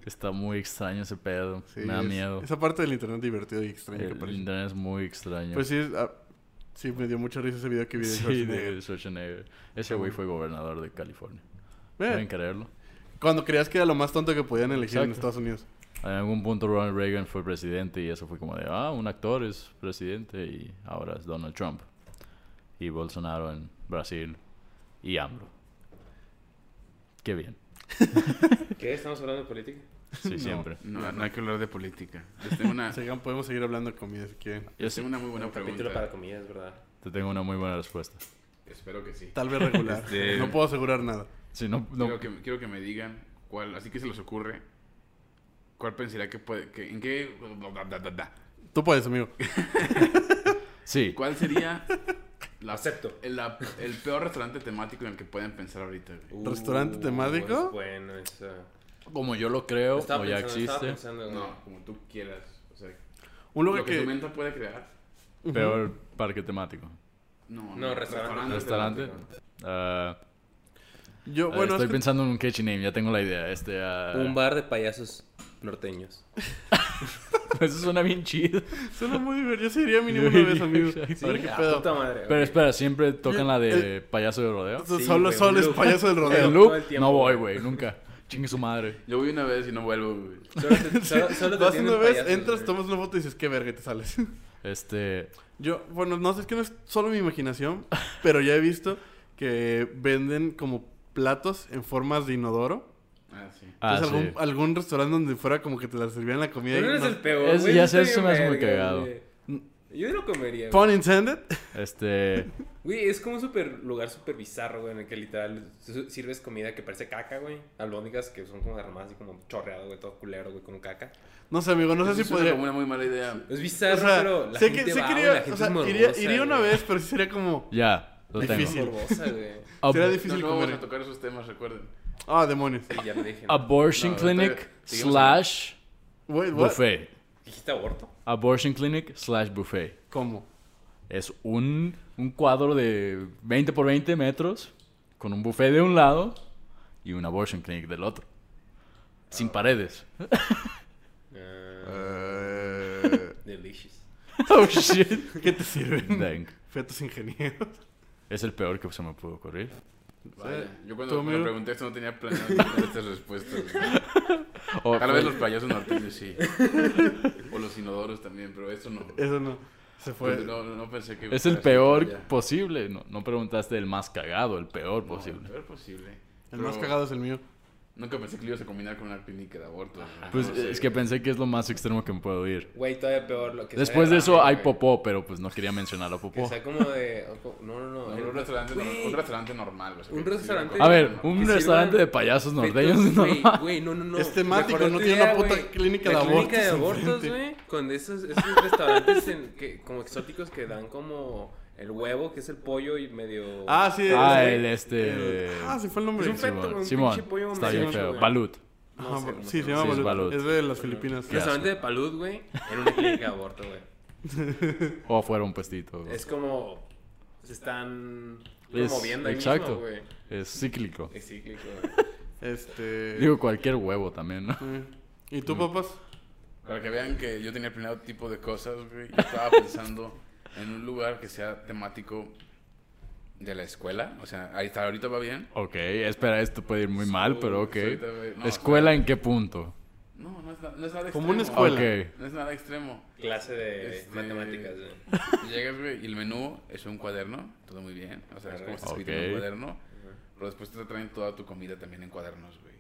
S3: Está muy extraño ese pedo. Me da miedo.
S2: Esa parte del internet divertido y extraño que
S3: El
S2: parece.
S3: internet es muy extraño.
S2: Pues sí, es- ah, Sí, me dio mucha risa ese video que vi de
S3: Sí,
S2: Schwarzenegger.
S3: de Schwarzenegger. Ese güey fue gobernador de California.
S2: Eh,
S3: Pueden creerlo.
S2: cuando creías que era lo más tonto que podían elegir en
S3: Exacto.
S2: Estados Unidos.
S3: En algún punto Ronald Reagan fue presidente y eso fue como de, ah, un actor es presidente y ahora es Donald Trump. Y Bolsonaro en Brasil y AMLO. Qué bien.
S4: ¿Qué? ¿Estamos hablando de política?
S3: Sí, siempre.
S1: No, no hay que hablar de política. Les tengo una,
S2: Sigan, podemos seguir hablando de comida si quieren.
S3: Yo
S1: les
S3: sí-
S1: tengo una muy buena
S4: Un capítulo
S1: pregunta.
S4: para comidas, ¿verdad?
S3: te tengo una muy buena respuesta.
S1: Espero que sí.
S2: Tal vez regular.
S1: Este-
S2: No puedo asegurar nada.
S3: Sí, no, no-
S1: Quiero, que, quiero que me digan cuál, así que se les ocurre, cuál pensará que puede, que, en qué, da, da, da, da.
S2: Tú puedes, amigo.
S3: sí.
S1: cuál sería la,
S4: Acepto.
S1: el, la- el peor restaurante temático en el que pueden pensar ahorita. güey?
S2: ¿Restaurante temático?
S4: Uh, es bueno, eso.
S3: como yo lo creo,
S4: Estaba
S3: o ya
S4: pensando, estaba
S3: existe.
S4: pensando, güey.
S1: No, como tú quieras. O sea,
S2: Un lugar
S1: lo que
S2: que...
S1: tu mente puede crear.
S3: Peor parque temático.
S1: No,
S4: No, restaurante.
S3: Restaurante.
S4: temático.
S3: Ah,
S2: Yo,
S3: ah,
S2: bueno,
S3: estoy
S2: es que-
S3: pensando en un catchy name, ya tengo la idea. Este, ah,
S4: Un bar de payasos norteños.
S3: Eso suena bien chido.
S2: suena muy divertido. Yo sí iría mínimo una vez, amigo. A ver qué
S4: Ah,
S2: pedo.
S4: puta madre,
S3: Pero
S4: ok.
S3: espera, siempre tocan la de
S2: Eh,
S3: payaso de rodeo.
S2: Entonces,
S4: Sí,
S2: solo
S4: güey,
S2: solo
S4: un
S2: es
S4: loop.
S2: payaso del
S4: pero
S3: El
S2: rodeo.
S4: loop, todo el
S3: look,
S4: tiempo,
S3: no voy,
S4: güey.
S3: güey, nunca. Chingue su madre.
S1: Yo voy una vez y no vuelvo, güey.
S4: Solo te- solo- solo te
S2: Vas
S4: atienden
S2: una vez,
S4: payasos,
S2: entras,
S4: güey.
S2: tomas una foto y dices, qué verga, y te sales.
S3: Este.
S2: Yo, bueno, no sé, es que no es solo mi imaginación, pero ya he visto que venden como platos en formas de inodoro.
S1: Ah, sí.
S3: Ah,
S2: Entonces,
S3: sí.
S2: algún, algún restaurante donde fuera como que te la servían la comida.
S4: Tú
S2: y
S4: no eres
S2: no-
S4: el peor,
S3: Es-
S4: güey.
S3: ya
S4: yo
S3: sé,
S4: estoy
S3: eso
S4: bien
S3: me hace muy
S4: verga,
S3: cagado.
S4: güey. Yo no comería, güey.
S2: Pun intended.
S3: Este.
S4: Güey, es como un super lugar super bizarro, güey, en el que literal s- sirves comida que parece caca, güey. Albóndigas que son como armadas así como chorreado, güey, todo culero, güey, con caca.
S2: No sé, amigo, no sé
S1: Eso
S2: si
S1: suena
S2: podría.
S1: como una muy mala idea.
S4: Es
S2: O
S4: bizarro, pero
S2: sea,
S4: la
S2: sé
S4: gente
S2: que, sé
S4: va,
S2: que
S4: güey,
S2: iría,
S4: la gente
S2: o sea,
S4: es morbosa,
S2: iría, iría una
S4: güey.
S2: vez, pero sí sería como.
S3: Ya, lo
S2: Difícil.
S3: tengo.
S4: Morbosa, güey.
S3: Ab-
S2: Sería
S1: No,
S2: difícil
S1: no vamos
S2: comer.
S1: a tocar esos temas, recuerden.
S2: Ah, demonios.
S4: Sí, ya lo dije. ¿no?
S3: Ah, Abortion
S1: No,
S3: clinic
S1: espera, sigamos
S3: slash
S2: Wait, what?
S3: buffet.
S4: ¿Dijiste aborto?
S3: Abortion clinic slash buffet.
S2: ¿Cómo?
S3: Es un, un cuadro de 20 por 20 metros con un buffet de un lado y un abortion clinic del otro. Sin paredes.
S4: Ah,
S2: Eh,
S4: delicious.
S3: Oh shit.
S2: ¿Qué te sirven?
S3: Dang.
S2: Fetos ingenieros.
S3: Es el peor que se me pudo ocurrir.
S1: Vaya, yo
S2: ¿Tú,
S1: cuando me
S2: amigo?
S1: pregunté esto no tenía planeado ninguna de estas respuestas.
S3: O-
S1: Tal vez los payasos norteños sí. O los inodoros también, pero eso no.
S2: Eso no. Se fue.
S1: no, no, no pensé que...
S3: Es el
S1: fuera así,
S3: peor
S1: ya.
S3: posible. No, no preguntaste el más cagado, el peor
S1: No,
S3: posible.
S1: El peor posible.
S2: El más
S1: Pero
S2: cagado es el mío.
S1: Nunca pensé que lo ibas a combinar con una clínica de aborto. güey.
S3: Pues
S1: No sé,
S3: es que
S1: güey.
S3: pensé que es lo más extremo que me puedo ir.
S4: Güey, todavía peor lo que
S3: Después
S4: sea
S3: de eso
S4: ramen,
S3: hay
S4: güey.
S3: popó, pero pues no quería mencionar a
S4: Que
S3: popó.
S4: sea como de... No, no, no.
S1: No,
S4: el-
S1: un, restaurante, nor-
S4: Güey,
S1: un restaurante normal. o sea,
S4: Un
S1: que-
S4: restaurante-
S3: A ver,
S1: normal.
S4: Que
S3: un
S4: sirvan
S3: restaurante de payasos norteños.
S4: Fetos,
S3: ¿no?
S4: güey, güey, no, no, no.
S2: Es temático,
S4: Mejor
S2: no
S4: tu
S2: tiene una puta
S4: güey.
S2: clínica
S4: La
S2: de
S4: clínica de
S2: abortos
S4: abortos,
S2: enfrente.
S4: güey, con esos, esos restaurantes en que, como exóticos que dan como el huevo, que es el pollo y medio...
S2: Ah, sí.
S3: Ah,
S2: ese-
S3: el este-
S2: Ah, se fue el nombre.
S4: Oh. Es un feto, güey,
S3: Simón,
S4: un
S3: Simón,
S4: pinche pollo
S3: está
S4: medio
S3: bien feo.
S4: güey.
S3: Balut.
S4: no
S2: Ah,
S4: sé cómo
S2: sí, se
S4: llama.
S2: llama
S3: Sí, es
S2: Balut.
S3: Balut.
S2: Es de las Filipinas.
S3: Ya.
S4: Restaurante de palud, güey, en una clínica de aborto, güey.
S3: O afuera un puestito. güey.
S4: Es como... Se están
S3: Es-
S4: moviendo ahí
S3: exacto.
S4: mismo, güey.
S3: Es cíclico.
S4: Es cíclico, güey.
S2: Este.
S3: Digo, mm. cualquier huevo también, ¿no?
S2: eh. ¿Y tú, papas?
S1: Para que vean que yo tenía planeado tipo de cosas, güey. Yo estaba pensando en un lugar que sea temático de la escuela. O sea, ahí está, ahorita va bien.
S3: Ok, espera, esto puede ir muy mal, pero ok.
S1: Ahorita, güey, no,
S3: ¿Escuela en qué punto?
S1: No, no es, na- no es nada extremo.
S2: Como una escuela.
S3: Ok.
S1: No es nada extremo.
S4: Clase de
S1: Este-
S4: matemáticas, güey.
S1: Llegas, güey, y el menú es un cuaderno. Todo muy bien. O sea, es como está escrito en un
S3: Ok.
S1: cuaderno. Pero después te traen toda tu comida también en cuadernos, güey.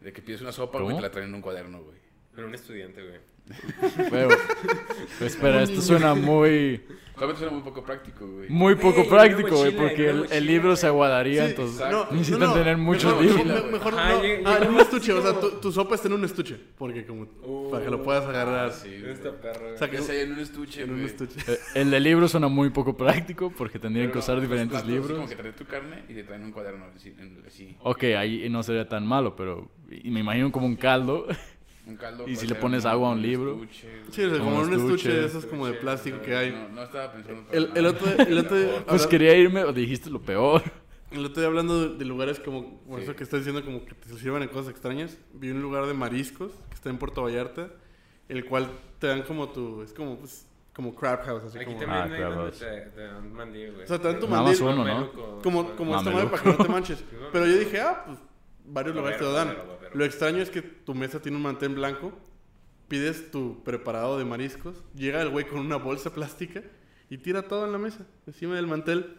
S1: De que pides una sopa, güey,
S3: ¿Cómo?
S1: te la traen en un cuaderno, güey.
S4: Pero un estudiante, güey.
S3: Pero, espera, esto suena muy,
S1: Realmente suena muy poco práctico, güey. Ah,
S3: muy poco
S4: Güey, una
S3: práctico, güey,
S4: mochila,
S3: porque
S4: una
S3: el,
S4: mochila,
S3: el libro se
S4: güey.
S3: aguadaría,
S2: Sí,
S3: entonces
S1: exacto.
S3: necesitan tener muchos
S2: mejor,
S3: libros.
S2: me- mejor
S4: Ajá,
S2: no.
S4: llega-
S2: ah, en
S4: llega
S2: un
S4: así
S2: estuche. O sea,
S4: como-
S2: tu, tu sopa está en un estuche. Porque como.
S4: Oh.
S2: para que lo puedas agarrar.
S1: Ah, sí, güey.
S4: Este perro,
S2: O sea,
S4: güey.
S2: que
S1: Ya sea en un estuche,
S2: en un
S1: güey.
S2: estuche.
S3: Eh, El del libro suena muy poco práctico porque tendrían
S1: Pero
S3: que usar
S1: los
S3: diferentes
S1: platos, así Como
S3: libros.
S1: que traes tu carne y te traen un cuaderno así. en- así,
S3: Ok, ahí no sería tan malo, pero y me imagino como un caldo. Pues,
S1: un caldo.
S3: ¿Y si
S1: puede
S3: le
S1: ser
S3: pones
S1: un-
S3: agua a un libro?
S1: estuche, güey.
S2: Sí, o sea,
S3: Como
S2: como un
S3: un
S2: estuche
S3: estuche.
S2: de esos como de plástico que hay.
S1: No, no estaba pensando. para
S2: El, el
S1: nada.
S2: otro, el otro,
S3: Pues
S2: habla-
S3: quería irme, o dijiste lo peor.
S2: el otro día hablando de, de lugares como, por
S1: Sí.
S2: eso que estás diciendo como que te sirvan en cosas extrañas, vi un lugar de mariscos que está en Puerto Vallarta, el cual te dan como tu, es como, pues, Como crab house, así
S4: Aquí
S2: como.
S4: también
S3: Ah,
S4: hay donde
S3: clavos.
S4: te, te dan mandil, güey.
S2: O sea, te dan tu
S3: Nada más
S2: mandil,
S3: uno, ¿no?
S4: Mameluco,
S2: Como, como esta madre
S3: Mameluco.
S2: para que no te manches.
S4: Mameluco.
S2: Pero yo dije, ah, pues varios lugares te lo dan.
S4: Babero, babero, babero.
S2: Lo extraño es que tu mesa tiene un mantel blanco, pides tu preparado de mariscos, llega el güey con una bolsa plástica y tira todo en la mesa, encima del mantel.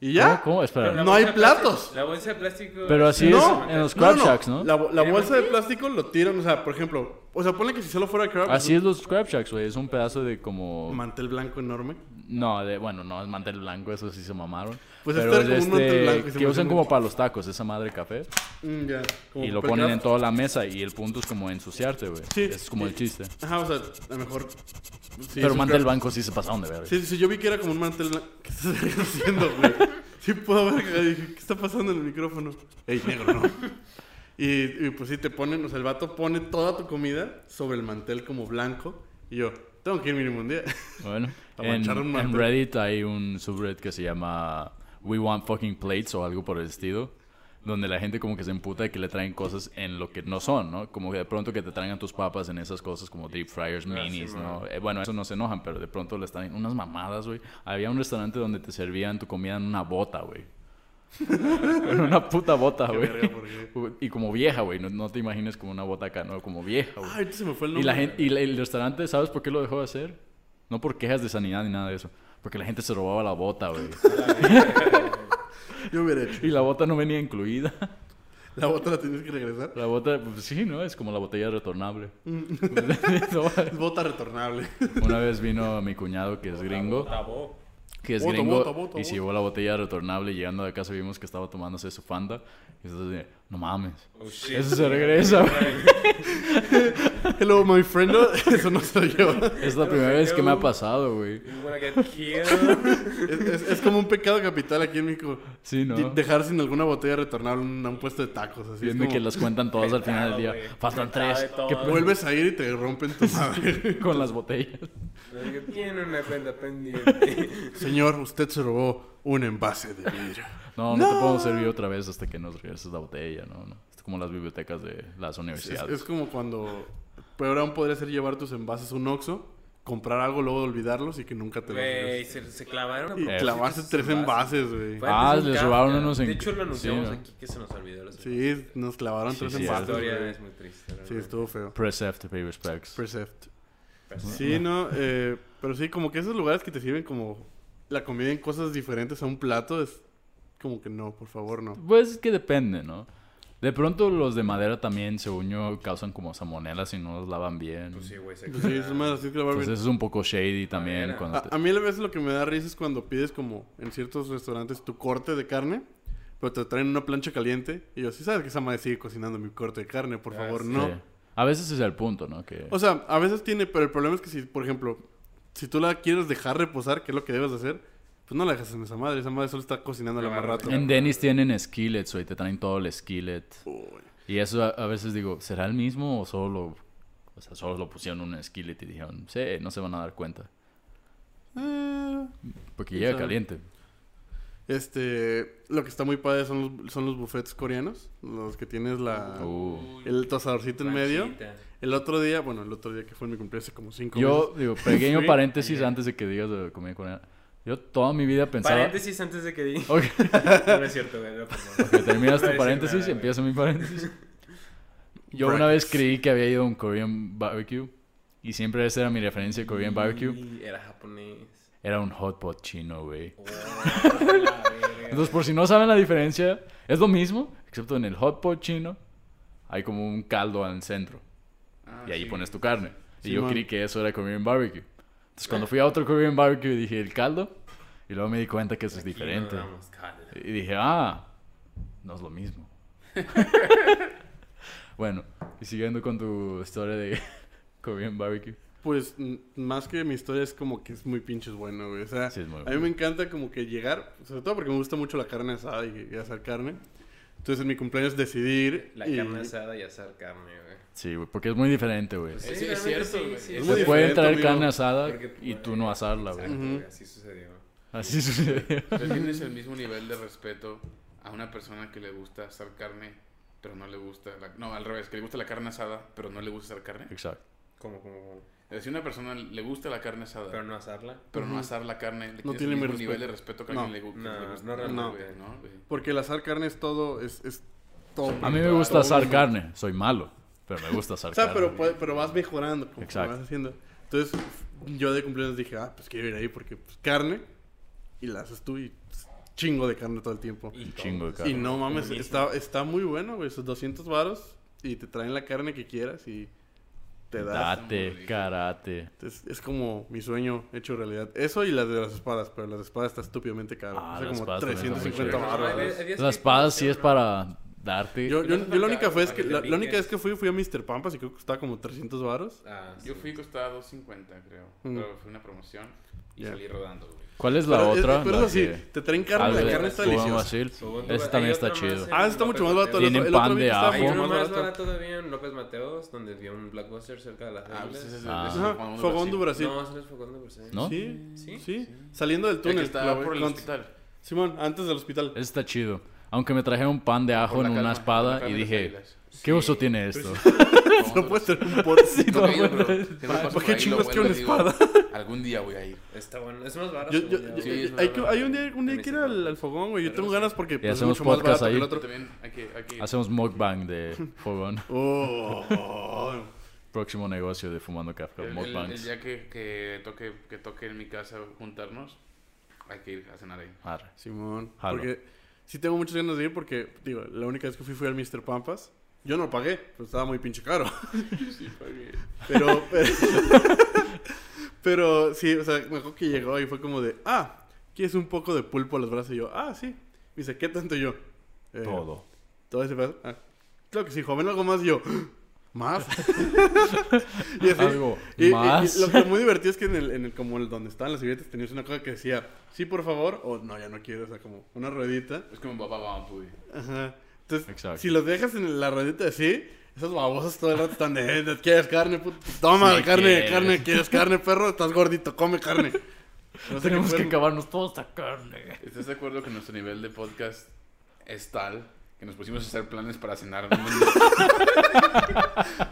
S2: Y ya.
S3: ¿Cómo? ¿Cómo?
S4: Pero la
S3: Espera.
S2: No
S4: bolsa
S2: hay
S4: de plástico-
S2: platos.
S4: La bolsa de plástico.
S3: Pero así
S2: No,
S3: es en los
S2: No,
S3: crab
S2: no,
S3: shacks, ¿no?
S2: La, bo- la bolsa de plástico lo tiran, o sea, por ejemplo, o sea, ponle que si solo fuera crab,
S3: Así
S2: es
S3: es los crab shacks, güey. Es un pedazo de como...
S2: un mantel blanco enorme.
S3: No, de, bueno, no es mantel blanco, eso sí se mamaron.
S2: Pues
S3: Pero
S2: este
S3: es
S2: era como un mantel
S3: este,
S2: blanco y se
S3: que
S2: me
S3: usan
S2: hace
S3: como
S2: muy-
S3: para los tacos, esa madre café.
S2: Mm, ya. Como
S3: Y lo
S2: papel
S3: ponen en
S2: craft.
S3: toda la mesa y el punto es como ensuciarte, güey.
S2: Sí,
S3: es como
S2: sí.
S3: el chiste.
S2: Ajá, o sea, a lo mejor. sí, es
S3: Pero
S2: un
S3: mantel
S2: crab-
S3: blanco sí se pasaron de verga.
S2: Sí, sí, sí, yo vi que era como un mantel blanco. ¿Qué estás haciendo, güey? Sí, puedo ver que dije, ¿qué está pasando en el micrófono? Ey, negro, no. Y, y pues sí, te ponen, o sea, el vato pone toda tu comida sobre el mantel como blanco. Y yo, tengo que ir mínimo un día.
S3: Bueno,
S2: A
S3: en,
S2: manchar un
S3: en
S2: mantel.
S3: Reddit hay un subreddit que se llama We Want Fucking Plates o algo por el estilo. Donde la gente como que se emputa de que le traen cosas en lo que no son, ¿no? Como que de pronto que te traigan tus papas en esas cosas como deep fryers,
S4: Ah, sí,
S3: minis,
S4: man.
S3: ¿no? Eh, bueno, eso no se enojan, pero de pronto le están unas mamadas, güey. Había un restaurante donde te servían tu comida en una bota, güey. en una puta bota,
S2: Qué
S3: Ah, güey.
S2: verga, porque-
S3: Y como vieja, güey. No, no te imagines como una bota acá, ¿no? Como vieja, güey.
S2: Ay, ahorita se me fue el
S3: Y,
S2: nombre.
S3: la gente, y la- el restaurante, ¿sabes por qué lo dejó de hacer? No por quejas de sanidad ni nada de eso. Porque la gente se robaba la bota, güey.
S2: Yo hubiera hecho.
S3: Y la bota no venía incluida.
S2: La bota la tienes que regresar.
S3: La bota, pues, sí, ¿no? Es como la botella retornable.
S2: Mm. Es bota retornable.
S3: Una vez vino mi cuñado, que es gringo,
S4: Tabó.
S3: que es
S2: Bota, bota,
S3: gringo,
S2: bota,
S3: y
S2: bota.
S3: se llevó la botella retornable y llegando de casa vimos que estaba tomándose su fanta. Y entonces, no mames.
S4: Oh, shit.
S3: Eso se regresa, güey.
S2: Hello, my friend. No, Eso no se lo lleva.
S3: Es la primera vez que me ha pasado, güey.
S4: You're gonna get killed.
S2: Es, es- es como un pecado capital aquí en México.
S3: Sí, ¿no?
S2: Y Dejar sin alguna botella retornable un- a un puesto de tacos. Así es
S3: Viendo
S2: como-
S3: que las cuentan todas al final del día.
S4: Güey.
S3: Faltan tres.
S4: Sabe
S3: ¿Qué
S4: todo.
S2: Vuelves a ir y te rompen tu madre.
S3: p- con las botellas?
S4: Tiene una cuenta pendiente.
S2: Señor, usted se robó un envase de vidrio.
S3: No, no, te podemos servir otra vez hasta que nos regreses la botella, ¿no? no. Es como las bibliotecas de las
S2: Es, es-
S3: universidades.
S2: es como cuando... Peor aún podría ser llevar tus envases a un Oxxo, comprar algo, luego olvidarlos y que nunca te los
S4: Güey,
S2: regreses.
S4: se, se clavaron. a
S2: Y
S4: propósito
S2: clavarse
S4: esos
S2: tres envases, güey.
S4: Fue
S3: Ah,
S4: antes un
S3: les
S4: Kafka.
S3: robaron unos en-
S4: De hecho, lo anunciamos
S3: Sí, ¿no?
S4: aquí que se nos olvidó. Los
S2: Sí, nos clavaron
S3: Sí,
S2: tres
S3: sí,
S4: La
S2: envases.
S4: historia
S2: güey.
S4: es muy triste. la
S2: Sí,
S4: verdad.
S2: estuvo feo.
S3: Precept to pay respects.
S2: Precept.
S4: Pero
S2: Sí, no, eh, pero sí, como que esos lugares que te sirven como la comida en cosas diferentes a un plato es como que no, por favor, no.
S3: Pues es que depende, ¿no? De pronto los de madera también, según yo, causan como salmonelas si no los lavan bien.
S4: Pues sí, güey. se
S2: Pues sí,
S4: clavaron.
S2: es más, así que la Barbie-
S3: Entonces es un poco shady también
S4: Madera.
S3: cuando te-
S2: A, a mí a veces lo que me da risa es cuando pides como en ciertos restaurantes tu corte de carne, pero te traen una plancha caliente y yo, sí sabes que esa madre sigue cocinando mi corte de carne, por
S4: Ah,
S2: favor,
S4: sí.
S2: no.
S3: Sí. A veces es el punto, ¿no? Que...
S2: O sea, a veces tiene, pero el problema es que si, por ejemplo, si tú la quieres dejar reposar, que es lo que debes de hacer, pues no la dejas en esa madre, esa madre solo está cocinándola más
S4: Claro,
S2: rato.
S4: claro.
S3: en Dennis tienen skillets, güey. Te traen todo el skillet.
S2: Uy.
S3: Y eso a, a veces digo, ¿será el mismo o solo... O sea, solo lo pusieron en un skillet y dijeron, sí, no se van a dar cuenta.
S2: Eh,
S3: Porque
S2: ¿Quién
S3: llega
S2: sabe?
S3: caliente.
S2: Este, lo que está muy padre son los, son los buffets coreanos, los que tienes la,
S3: Uh.
S2: el tostadorcito en medio.
S4: Ranchita.
S2: El otro día, bueno, el otro día que fue en mi cumpleaños hace como cinco
S3: Yo, digo, pequeño
S2: Sí.
S3: paréntesis antes de que digas de comida coreana. Yo toda mi vida pensaba...
S4: Paréntesis antes de que diga.
S3: Ok,
S4: No, no es cierto, güey. No, por favor.
S3: que terminas
S4: No
S3: tu
S4: voy a decir
S3: paréntesis
S4: nada,
S3: y
S4: güey.
S3: empieza mi paréntesis. Yo una vez creí que había ido a un Korean barbecue y siempre esa era mi referencia de Korean barbecue.
S4: Y Era japonés.
S3: Era un hot pot chino, güey.
S4: Oh, la verga.
S3: Entonces, por si no saben la diferencia, es lo mismo, excepto en el hot pot chino hay como un caldo al centro.
S1: Ah,
S3: y ahí
S1: sí.
S3: pones tu carne. Y yo
S2: Simón.
S3: creí que eso era Korean barbecue. Entonces cuando fui a otro Korean barbecue dije el caldo y luego me di cuenta que eso es
S4: Aquí no
S3: diferente.
S4: damos caldo.
S3: Y dije, ah, no es lo mismo. bueno, y siguiendo con tu historia de Korean barbecue.
S2: Pues m- más que mi historia es como que es muy pinches bueno, güey. O sea,
S3: Sí, es muy
S2: a mí
S3: bueno.
S2: me encanta como que llegar, sobre todo porque me gusta mucho la carne asada y, y hacer carne. Entonces en mi cumpleaños decidir
S4: La
S2: y...
S4: carne asada y asar carne, güey.
S3: Sí, güey, porque es muy diferente, güey.
S4: Pues
S1: Es-
S4: sí,
S1: es cierto,
S4: realmente sí,
S1: güey.
S4: sí,
S2: Es
S4: sí,
S2: muy
S3: Te
S4: sí.
S3: pueden
S2: diferente,
S3: traer
S2: amigo.
S3: carne asada
S4: Porque,
S3: y tú
S4: bueno,
S3: no asarla,
S4: exacto,
S3: güey.
S2: Ujú.
S4: güey, Así sucedió.
S3: Así sucedió.
S1: Pero tienes el mismo nivel de respeto a una persona que le gusta asar carne, pero no le gusta. La... No, al revés, que le gusta la carne asada, pero no le gusta asar carne.
S3: Exacto.
S4: Como, como, como.
S1: Es Si a una persona le gusta la carne asada,
S4: Pero
S1: pero,
S4: no asarla.
S1: no asar la carne, le
S2: No
S1: tienes
S2: tiene
S1: el
S2: mi
S1: mismo nivel
S2: respeto.
S1: de respeto que a
S2: No.
S1: alguien le, gu- que
S4: No,
S1: le gusta.
S4: no realmente.
S1: güey, ¿no? güey?
S2: Porque el azar carne es todo, es, es todo.
S3: A mí me gusta asar carne. Soy malo, pero me gusta asar
S2: O sea,
S3: carne.
S2: pero, pues, puede- pero vas mejorando como
S3: Exacto.
S2: vas haciendo. Entonces, yo de cumpleaños dije, ah, pues quiero ir ahí porque pues, carne y la haces tú y pues, chingo de carne todo el tiempo.
S4: Y
S3: Un
S4: todo.
S3: chingo de carne.
S2: Y no mames,
S4: Buenísimo.
S2: está, está muy bueno, güey, esos 200 varos y te traen la carne que quieras y te das.
S3: Date, karate.
S2: Entonces, es como mi sueño hecho realidad. Eso y las de las espadas, pero las espadas está estúpidamente caro.
S3: Ah,
S2: o sea,
S3: las
S2: como
S3: espadas también están muy
S2: 350
S3: chidas.
S2: baros.
S4: Hay- hay días
S3: La
S4: que-
S3: espada sí es para darte.
S2: Yo, yo,
S4: No son
S2: yo la
S4: tan
S2: única
S4: caros,
S2: vez
S4: para
S2: que
S4: que
S2: la,
S4: te
S2: la única
S4: piques.
S2: vez que fui fui a Mr. Pampas y creo que costaba como 300 varos.
S4: Ah, sí.
S1: Yo fui costaba 250, creo.
S2: Mm.
S1: Pero fue una promoción y
S2: Ya.
S1: salí rodando, güey.
S3: ¿Cuál es la
S2: Pero es-
S3: otra?
S2: pero
S3: La
S2: es así,
S3: que-
S2: te traen carne,
S3: algo
S2: la
S3: de-
S2: carne está
S3: Subo a
S2: deliciosa.
S3: Brasil.
S4: Subo a-
S3: Ese también
S4: hay
S3: está
S4: otra
S3: chido.
S4: más, eh.
S2: Ah, está mucho más barato. El
S3: Tienen
S2: otro, el
S3: pan
S2: otro vi
S3: de
S2: que estaba
S3: ajo.
S4: Hay
S2: mucho
S4: uno
S2: más
S4: más
S2: barato.
S4: barato todavía en López Mateos, donde había un blockbuster cerca de las
S1: Ah, pues ese
S4: Ángeles.
S1: es
S3: Ah.
S1: ese es el
S2: Ajá,
S1: Fogón de
S2: Fogón de
S1: Brasil.
S4: No,
S2: Brasil.
S4: ese no es pues, Fogón de Brasil.
S3: ¿No?
S2: Sí,
S4: Sí.
S2: sí, Saliendo del
S1: El que
S2: túnel. la
S1: estaba
S2: voy
S1: por el
S2: con-
S1: hospital.
S2: Simón, antes del hospital.
S3: Ese está chido. Aunque me trajeron un pan de ajo
S1: Por
S3: en
S1: la
S3: una
S1: calma, la
S3: espada
S1: calma
S3: y
S1: de las
S3: dije,
S1: águilas.
S3: ¿qué uso tiene esto?
S1: Fogón de Brasil.
S2: No puedes tener un pot.
S3: Sí, no,
S1: Nunca he ido,
S3: bueno.
S1: pero siempre paso
S2: ¿Por
S1: por
S2: qué
S1: ahí, lo
S2: chingos que una
S1: vuelo y digo,
S2: espada?
S1: Algún día voy a ir.
S4: Está bueno. Es más barato.
S2: Yo, yo, eh,
S4: según
S2: yo-
S1: Sí,
S2: hay,
S1: es
S2: que-
S1: verdad.
S2: hay un día, un día
S4: En
S2: que ir al,
S4: Instagram.
S2: al fogón, güey. Yo tengo ganas porque pues, es
S3: hacemos
S2: mucho más
S3: podcast
S2: barato que
S3: ahí.
S2: el otro.
S1: También hay que- hay que ir.
S3: Hacemos mukbang de fogón.
S2: Oh.
S3: Próximo negocio de Fumando Café.
S1: El, el- el
S3: Mukbangs.
S1: día que, que toque, que toque en mi casa juntarnos, hay que ir a cenar ahí.
S3: Arre.
S2: Simón.
S3: Jalo.
S2: Porque sí tengo muchas ganas de ir porque, digo, la única vez que fui fue al Mr. Pampas. Yo no lo pagué, pero estaba muy pinche caro. Pero, pero, pero sí, o sea, me acuerdo que llegó y fue como de, ah, ¿quieres un poco de pulpo a las brasas? Y yo, ah, sí. Me dice, ¿qué tanto Y yo? eh,
S3: Todo.
S2: Todo ese pedazo. Ah, claro que sí, joven, algo más. Y yo, ¿más? y así,
S3: Algo
S2: y- y- y
S3: más.
S2: lo que muy divertido es que en el, en el como el, donde estaban las servilletas tenías una cosa que decía, sí, por favor, o no, ya no quiero, o sea, como una ruedita.
S1: Es como papá bambú. güey.
S2: Ajá. Entonces,
S3: Exacto.
S2: si los dejas en la ruedita así, esas babosas todo el rato están de, "Eh, ¿quieres carne? puto? Toma,
S3: Sí
S2: carne,
S3: quieres.
S2: carne, ¿quieres carne, perro? Estás gordito, come carne. No sé
S3: Tenemos que
S2: qué fueron.
S3: acabarnos toda esta carne.
S1: ¿Estás de acuerdo que nuestro nivel de podcast es tal que nos pusimos a hacer planes para cenar?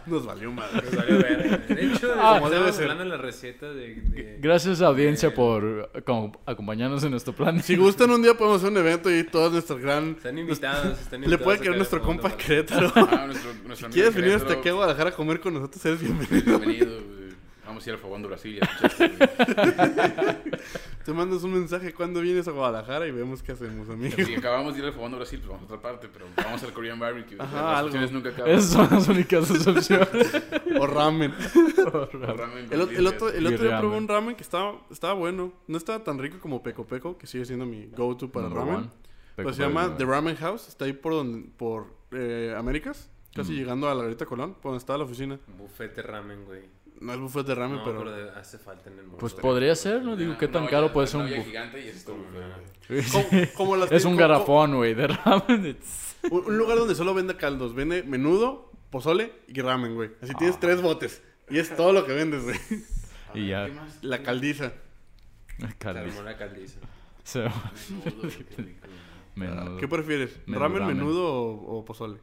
S1: Nos
S2: Nos valió madre.
S4: Nos valió ver. De hecho,
S2: Ah,
S4: estamos
S2: debe ser.
S4: hablando de la receta de... de-
S3: Gracias audiencia
S4: Eh.
S3: por eh, como, acompañarnos en nuestro plan.
S2: Si gustan, un día podemos hacer un evento y todas nuestras gran...
S4: Están invitados, están invitados.
S2: Le puede
S4: a
S2: quedar nuestro
S4: Fogón de
S2: compa
S4: Brasil.
S2: Querétaro.
S1: Ah, nuestro- nuestro amigo
S2: ¿Quieres venir
S1: Querétaro,
S2: hasta aquí a este Guadalajara a comer con nosotros? Eres bienvenido.
S1: Bienvenido. güey. Vamos a ir al Fogón de Brasil. ya escuchaste, güey.
S2: Te mandas un mensaje cuando vienes a Guadalajara y vemos qué hacemos, amigo.
S1: Si acabamos de ir al Fogón de Brasil, pues vamos a otra parte, pero vamos al Korean Barbecue.
S2: Ajá,
S1: Las
S2: algo.
S1: opciones nunca acaban.
S3: Esas son las únicas opciones.
S2: O ramen.
S1: El ramen con
S2: El, o- el otro,
S1: víveres.
S2: el
S3: Y
S2: otro día probé
S3: ramen.
S2: un ramen que estaba, estaba bueno. No estaba tan rico como Peco Peco, que sigue siendo mi go-to para
S3: Number
S2: ramen.
S3: one.
S2: Pero
S3: Peco
S2: se llama
S3: Peco.
S2: The Ramen House. Está ahí por donde, por eh, Américas. Casi
S3: Mm.
S2: llegando a la Garita Colón, por donde estaba la oficina.
S4: Buffet de ramen, güey.
S2: No es buffet de ramen,
S4: no,
S2: Ah, pero...
S4: pero... de- hace falta en el mundo.
S3: Pues podría ser, no digo, ¿qué tan
S1: Ah, No,
S3: caro
S1: ya,
S3: puede
S1: la
S3: ser un
S1: olla
S3: buffet?
S1: gigante y esto, güey.
S4: Ah,
S2: Como- como las-
S3: Es un
S2: como-
S3: garrafón, güey, de ramen. It's-
S2: como- Un, un lugar donde solo vende caldos. Vende menudo, pozole y ramen, güey. Así tienes
S3: Ah.
S2: tres botes. Y es todo lo que vendes, güey.
S1: A
S3: Y
S1: ver,
S3: ya.
S1: ¿qué más?
S2: La caldiza.
S4: Se
S3: Caldiz.
S4: armó la caldiza.
S3: Se-
S1: Menudo, güey, qué rico.
S3: menudo.
S2: Ah, ¿Qué prefieres?
S3: Menú
S2: ¿Ramen,
S3: ramen.
S2: menudo o, o pozole?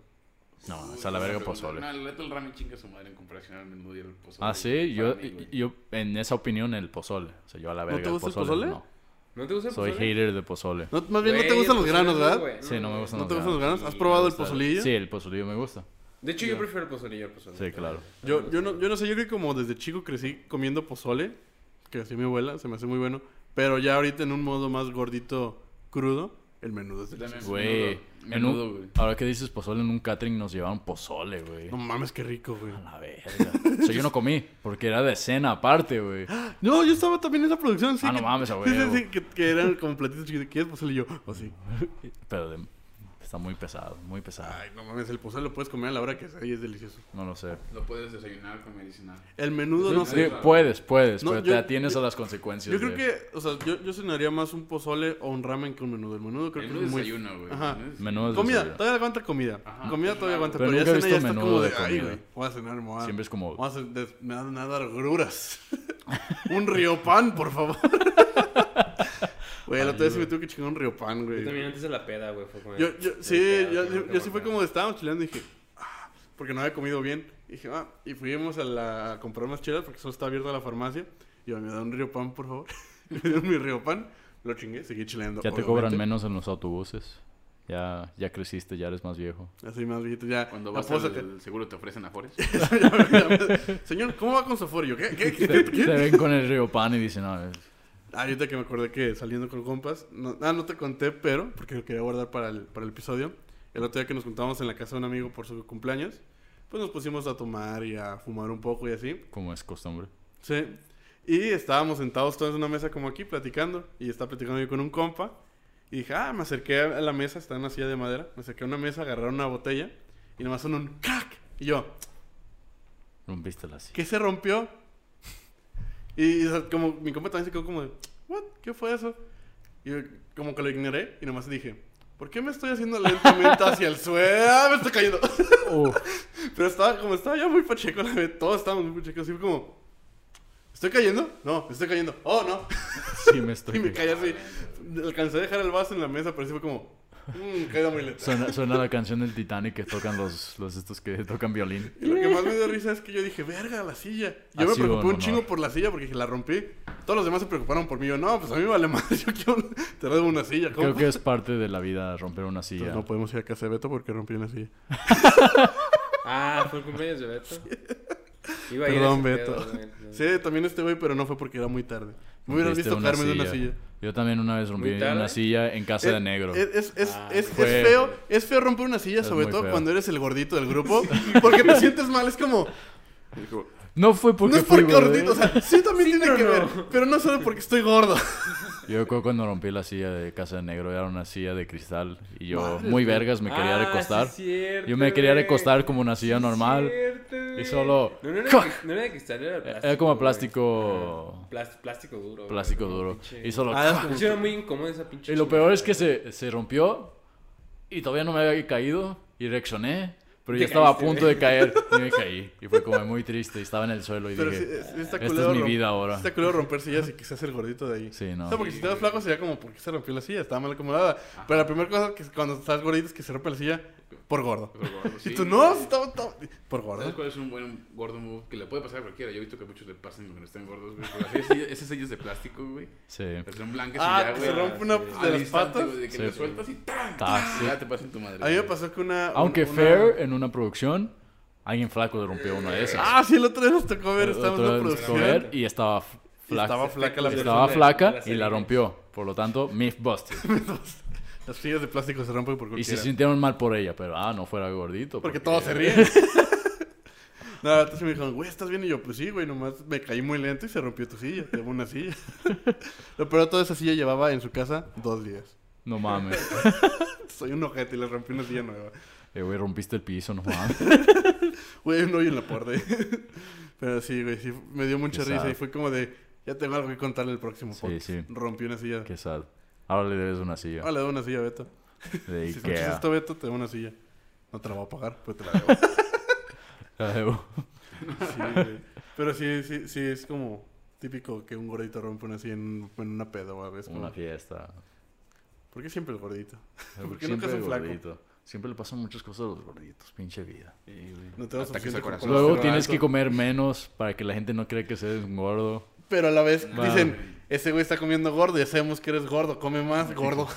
S3: No,
S1: Uy,
S3: es a la
S1: buena
S3: verga
S1: pregunta.
S3: pozole.
S1: No, la neta el ramen chinga su madre en comparación al menudo y al pozole.
S3: Ah, sí, yo,
S1: Para mí, güey.
S3: yo en esa opinión el pozole. O sea, yo a la
S2: ¿No
S3: verga
S2: te gusta el pozole?
S3: No.
S4: ¿No te gusta el
S3: Soy
S4: pozole?
S3: hater de pozole.
S2: No, más bien no te
S4: Güey,
S2: gustan
S4: el
S2: los
S4: pozole
S2: granos,
S4: no,
S2: ¿verdad?
S4: güey,
S3: Sí, no me gustan
S2: ¿No te
S3: los
S2: gustan los granos? ¿Has
S1: Sí,
S2: probado el
S1: me gusta.
S2: pozolillo?
S3: Sí, el pozolillo me gusta.
S4: De hecho, yo prefiero el pozolillo al pozole.
S3: Sí, claro.
S2: Yo, yo, no, yo no sé, yo creo que como desde chico crecí comiendo pozole, que así mi abuela, se me hace muy bueno. Pero ya ahorita en un modo más gordito, crudo, el menudo es
S1: También
S2: delicioso.
S3: Güey.
S1: menudo,
S3: en un-
S1: menudo, güey.
S3: Ahora que dices pozole, en un catering nos llevaron pozole, güey.
S2: No mames, qué rico, güey.
S3: A la verga. O sea, yo no comí, porque era de cena aparte, güey.
S2: No, yo estaba también en esa producción, sí.
S3: Ah, no
S2: que-
S3: mames, a
S2: Sí, sí,
S3: huevo.
S2: sí, que, que eran como platitos chiquitos. ¿Quieres pozole? Y yo, o sí.
S3: Pero de- está muy pesado, muy pesado.
S2: Ay, no mames, el pozole lo puedes comer a la hora que sea y es delicioso.
S3: No lo sé.
S1: Lo puedes desayunar, comer y cenar.
S2: El menudo, no
S3: Sí,
S2: sé.
S3: puedes, puedes,
S2: No,
S3: pero
S2: yo-
S3: te atienes
S2: yo-
S3: a las consecuencias.
S2: Yo creo
S3: de-
S2: que, o sea, yo, yo cenaría más un pozole o un ramen que un menudo. El menudo creo
S1: El
S2: que es
S1: menudo
S2: muy...
S1: desayuno, güey.
S2: Ajá.
S1: ¿no es?
S3: Menudo es
S2: Comida,
S3: desayuno.
S2: todavía aguanta comida.
S1: Ajá.
S2: comida todavía aguanta,
S3: Pero
S2: pero, ya
S3: nunca he
S2: cena ya
S3: visto
S2: está
S3: menudo
S2: como de,
S3: de
S2: ay,
S3: comida".
S2: güey, voy a cenar, me voy a-
S3: Siempre es como-
S2: voy a cen- des- me dan a dar gruras. un riopan, por favor. Güey, la otra vez sí me tuve que chingar un riopan,
S4: Yo
S2: güey.
S4: también antes de la peda, güey, fue como...
S2: Yo, yo, sí,
S4: Ya,
S2: yo,
S4: tengo
S2: yo,
S4: que
S2: yo sí fue
S4: aguantar.
S2: como de estábamos chilando y dije, "Ah", porque no había comido bien. Y dije, ah, y fuimos a, la, a comprar unas chelas porque solo está abierta la farmacia. Y yo, me da un río pan, por favor. Y me dio mi río pan, lo chingué, seguí chileando.
S3: Ya te cobran
S2: obviamente.
S3: menos en los autobuses. Ya, ya creciste, ya eres más viejo.
S2: Así más viejito, ya.
S1: Cuando
S2: ya
S1: vas
S2: puedo
S1: al
S2: sacar-
S1: seguro te ofrecen afores.
S2: Señor, ¿cómo va con su aforio? ¿Qué? ¿Qué? ¿Qué?
S3: Te,
S2: ¿Qué?
S3: te ven con el río pan y dicen, no, es-
S2: Ah, ahorita que me acordé que saliendo con compas. No, ah, no te conté, pero, porque lo quería guardar para el, para el episodio. El otro día que nos juntábamos en la casa de un amigo por su cumpleaños, pues nos pusimos a tomar y a fumar un poco y así.
S3: como es costumbre.
S2: Sí. Y estábamos sentados todos en una mesa como aquí platicando. Y estaba platicando yo con un compa. Y dije, ah, me acerqué a la mesa, está en una silla de madera. Me acerqué a una mesa, agarraron una botella. Y nomás son un crack. Y yo,
S3: Rompístela así.
S2: ¿qué se rompió? Y, o sea, como mi compa también se quedó como de, ¿what? ¿Qué fue eso? Y yo, como que lo ignoré y nomás dije, ¿por qué me estoy haciendo lentamente hacia el suelo? ¡Ah, me estoy cayendo!
S3: Uf.
S2: Pero estaba como, estaba ya muy pacheco, la vez, todos estábamos muy pachecos, así como, ¿estoy cayendo? No, estoy cayendo. ¡Oh, no!
S3: Sí, me
S2: Y me
S3: estoy.
S2: caí así. Alcancé a dejar el vaso en la mesa, pero sí fue como, mmm, caída muy lenta.
S3: Suena, suena la canción del Titanic que tocan los, los estos que tocan violín.
S2: Y lo que más me dio risa es que yo dije, verga, la silla. Yo
S3: Ha
S2: me
S3: sido
S2: preocupé
S3: un
S2: un chingo
S3: honor.
S2: por la silla porque dije, la rompí. Todos los demás se preocuparon por mí. Yo, no, pues a mí vale más. Yo quiero un- te debo una silla. ¿cómo?
S3: Creo que es parte de la vida romper una
S2: Entonces,
S3: silla.
S2: no podemos ir a casa de Beto porque rompí una silla.
S4: Ah, fue el cumpleaños de Beto. Iba a ir a
S2: Perdón,
S4: ese
S2: Beto.
S4: pedo, güey.
S2: Sí, también este güey, pero no fue porque era muy tarde. Me hubieras
S3: Rompiste
S2: visto
S3: una
S2: caerme de una silla.
S3: Yo también una vez rompí
S4: ¿Muy tarde?
S3: una silla en casa de
S2: Es-
S3: negro.
S2: Es, es, es,
S4: Ah,
S2: es- es
S3: fue-
S2: feo, es feo romper una silla,
S3: Es
S2: sobre
S3: muy
S2: todo
S3: feo.
S2: cuando eres el gordito del grupo. Porque te sientes mal, es como...
S3: No fue porque
S2: no es
S3: fui ¿eh?
S2: porque gordito, o
S3: bebé.
S2: sea, sí también
S4: Sí,
S2: tiene
S4: pero
S2: que ver.
S4: no.
S2: Pero no solo porque estoy gordo.
S3: Yo creo cuando rompí la silla de casa de negro era una silla de cristal y yo
S2: Madre,
S3: muy
S2: güey.
S3: vergas me quería
S4: Ah, sí
S3: recostar.
S4: es cierto,
S3: Yo me quería
S4: güey.
S3: recostar como una silla
S4: Sí es
S3: normal.
S4: cierto, güey.
S3: solo-
S4: No, no, era, de- no era de cristal, era de
S3: Era
S4: plástico.
S3: como
S4: güey.
S3: plástico-
S4: Ajá. Plas- plástico duro. güey,
S3: Plástico
S4: ¿no?
S3: duro.
S4: Pinche-
S3: Y solo.
S2: Ah,
S4: Sí, era muy incómodo esa pinche.
S3: Y lo peor es que
S4: chingadera,
S3: se, se rompió y todavía no me había caído y reaccioné, pero
S4: Te
S3: ya estaba
S4: caíste,
S3: a punto
S4: güey.
S3: de caer y me caí. Y fue como muy triste y estaba en el suelo y
S2: Pero sí,
S3: dije,
S2: es- sí está
S3: esta es
S2: culero
S3: mi
S2: romp-
S3: vida ahora.
S2: sí Está culero romper sillas y quizás el gordito de ahí.
S3: Sí, no.
S2: O sea, porque
S4: Sí,
S2: si estabas
S4: güey.
S2: flaco sería como, ¿por qué se rompió la silla? Estaba mal acomodada. Pero la primera cosa que es cuando estás gordito es que se rompe la silla por gordo.
S1: Pero gordo,
S2: y
S1: sí.
S2: tú, no, si estaba, estaba- Por gordo.
S1: ¿Sabes cuál es un buen gordo move? Que le puede pasar a cualquiera. Yo he visto que muchos le pasan cuando están gordos, güey. Porque así, así- esas sillas de plástico, güey.
S3: sí,
S1: Pero son blancas y
S2: Ah,
S1: ya,
S2: que
S1: güey.
S2: se rompe una
S1: al
S2: de las
S1: instante,
S2: patas.
S1: güey, de que
S3: Sí.
S1: le sueltas y ¡tam!
S3: Ta, sí.
S1: Ya te pasa en tu madre.
S2: A mí me
S1: güey.
S2: pasó que una...
S3: Aunque
S2: Ah, una-
S3: Fair en una producción, alguien flaco le rompió una de esas.
S2: Ah, sí, el otro día nos tocó ver,
S3: El
S2: estábamos
S3: otro
S2: en una
S3: día nos tocó
S2: producción.
S3: ver y estaba f-
S2: y
S3: flaca.
S2: estaba flaca la
S3: Estaba
S4: de-
S3: flaca
S4: de las
S3: y la
S4: heridas.
S3: rompió. Por lo tanto, Mythbuster.
S2: Las sillas de plástico se rompen por
S3: Y
S2: cualquiera.
S3: se sintieron mal por ella, pero ah, no fuera gordito.
S2: Porque todos se ríen. No, entonces me dijeron, güey, ¿estás bien? Y yo, pues sí, güey, nomás me caí muy lento y se rompió tu silla. Tengo una silla. Lo peor de todo, esa silla llevaba en su casa dos días.
S3: No mames.
S2: Soy un ojete y le rompí una silla nueva.
S3: Eh, güey, rompiste el piso, no mames.
S2: Güey, un hoyo en la puerta. Pero sí, güey, sí, me dio mucha
S3: Qué
S2: risa
S3: sad.
S2: y fue como de, ya tengo algo que contarle el próximo
S3: Sí,
S2: podcast.
S3: sí.
S2: Rompí una silla.
S3: Qué sad. Ahora le debes una silla.
S2: Ah, le doy una silla, Beto.
S3: De
S2: Si escuchas
S3: Ikea.
S2: esto, Beto, te doy una silla. No te la voy a pagar, pues te la debo.
S3: La debo.
S2: Sí, güey. Pero sí, sí, sí, es como típico que un gordito rompe una así en, en una pedo o algo. Es como,
S3: Una fiesta.
S2: ¿Por qué siempre el gordito? ¿Por qué
S3: Porque siempre
S2: nunca es un
S3: el
S2: flaco?
S3: gordito. Siempre le pasan muchas cosas a los gorditos, pinche vida. Pues
S2: No tenemos
S1: Ataques al
S2: suficiente con
S1: corazón.
S2: colesterol
S3: Luego tienes
S2: alto.
S3: que comer menos para que la gente no crea que seas un gordo.
S2: Pero a la vez
S3: Va.
S2: dicen, ese güey está comiendo gordo, ya sabemos que eres gordo, come más, gordo.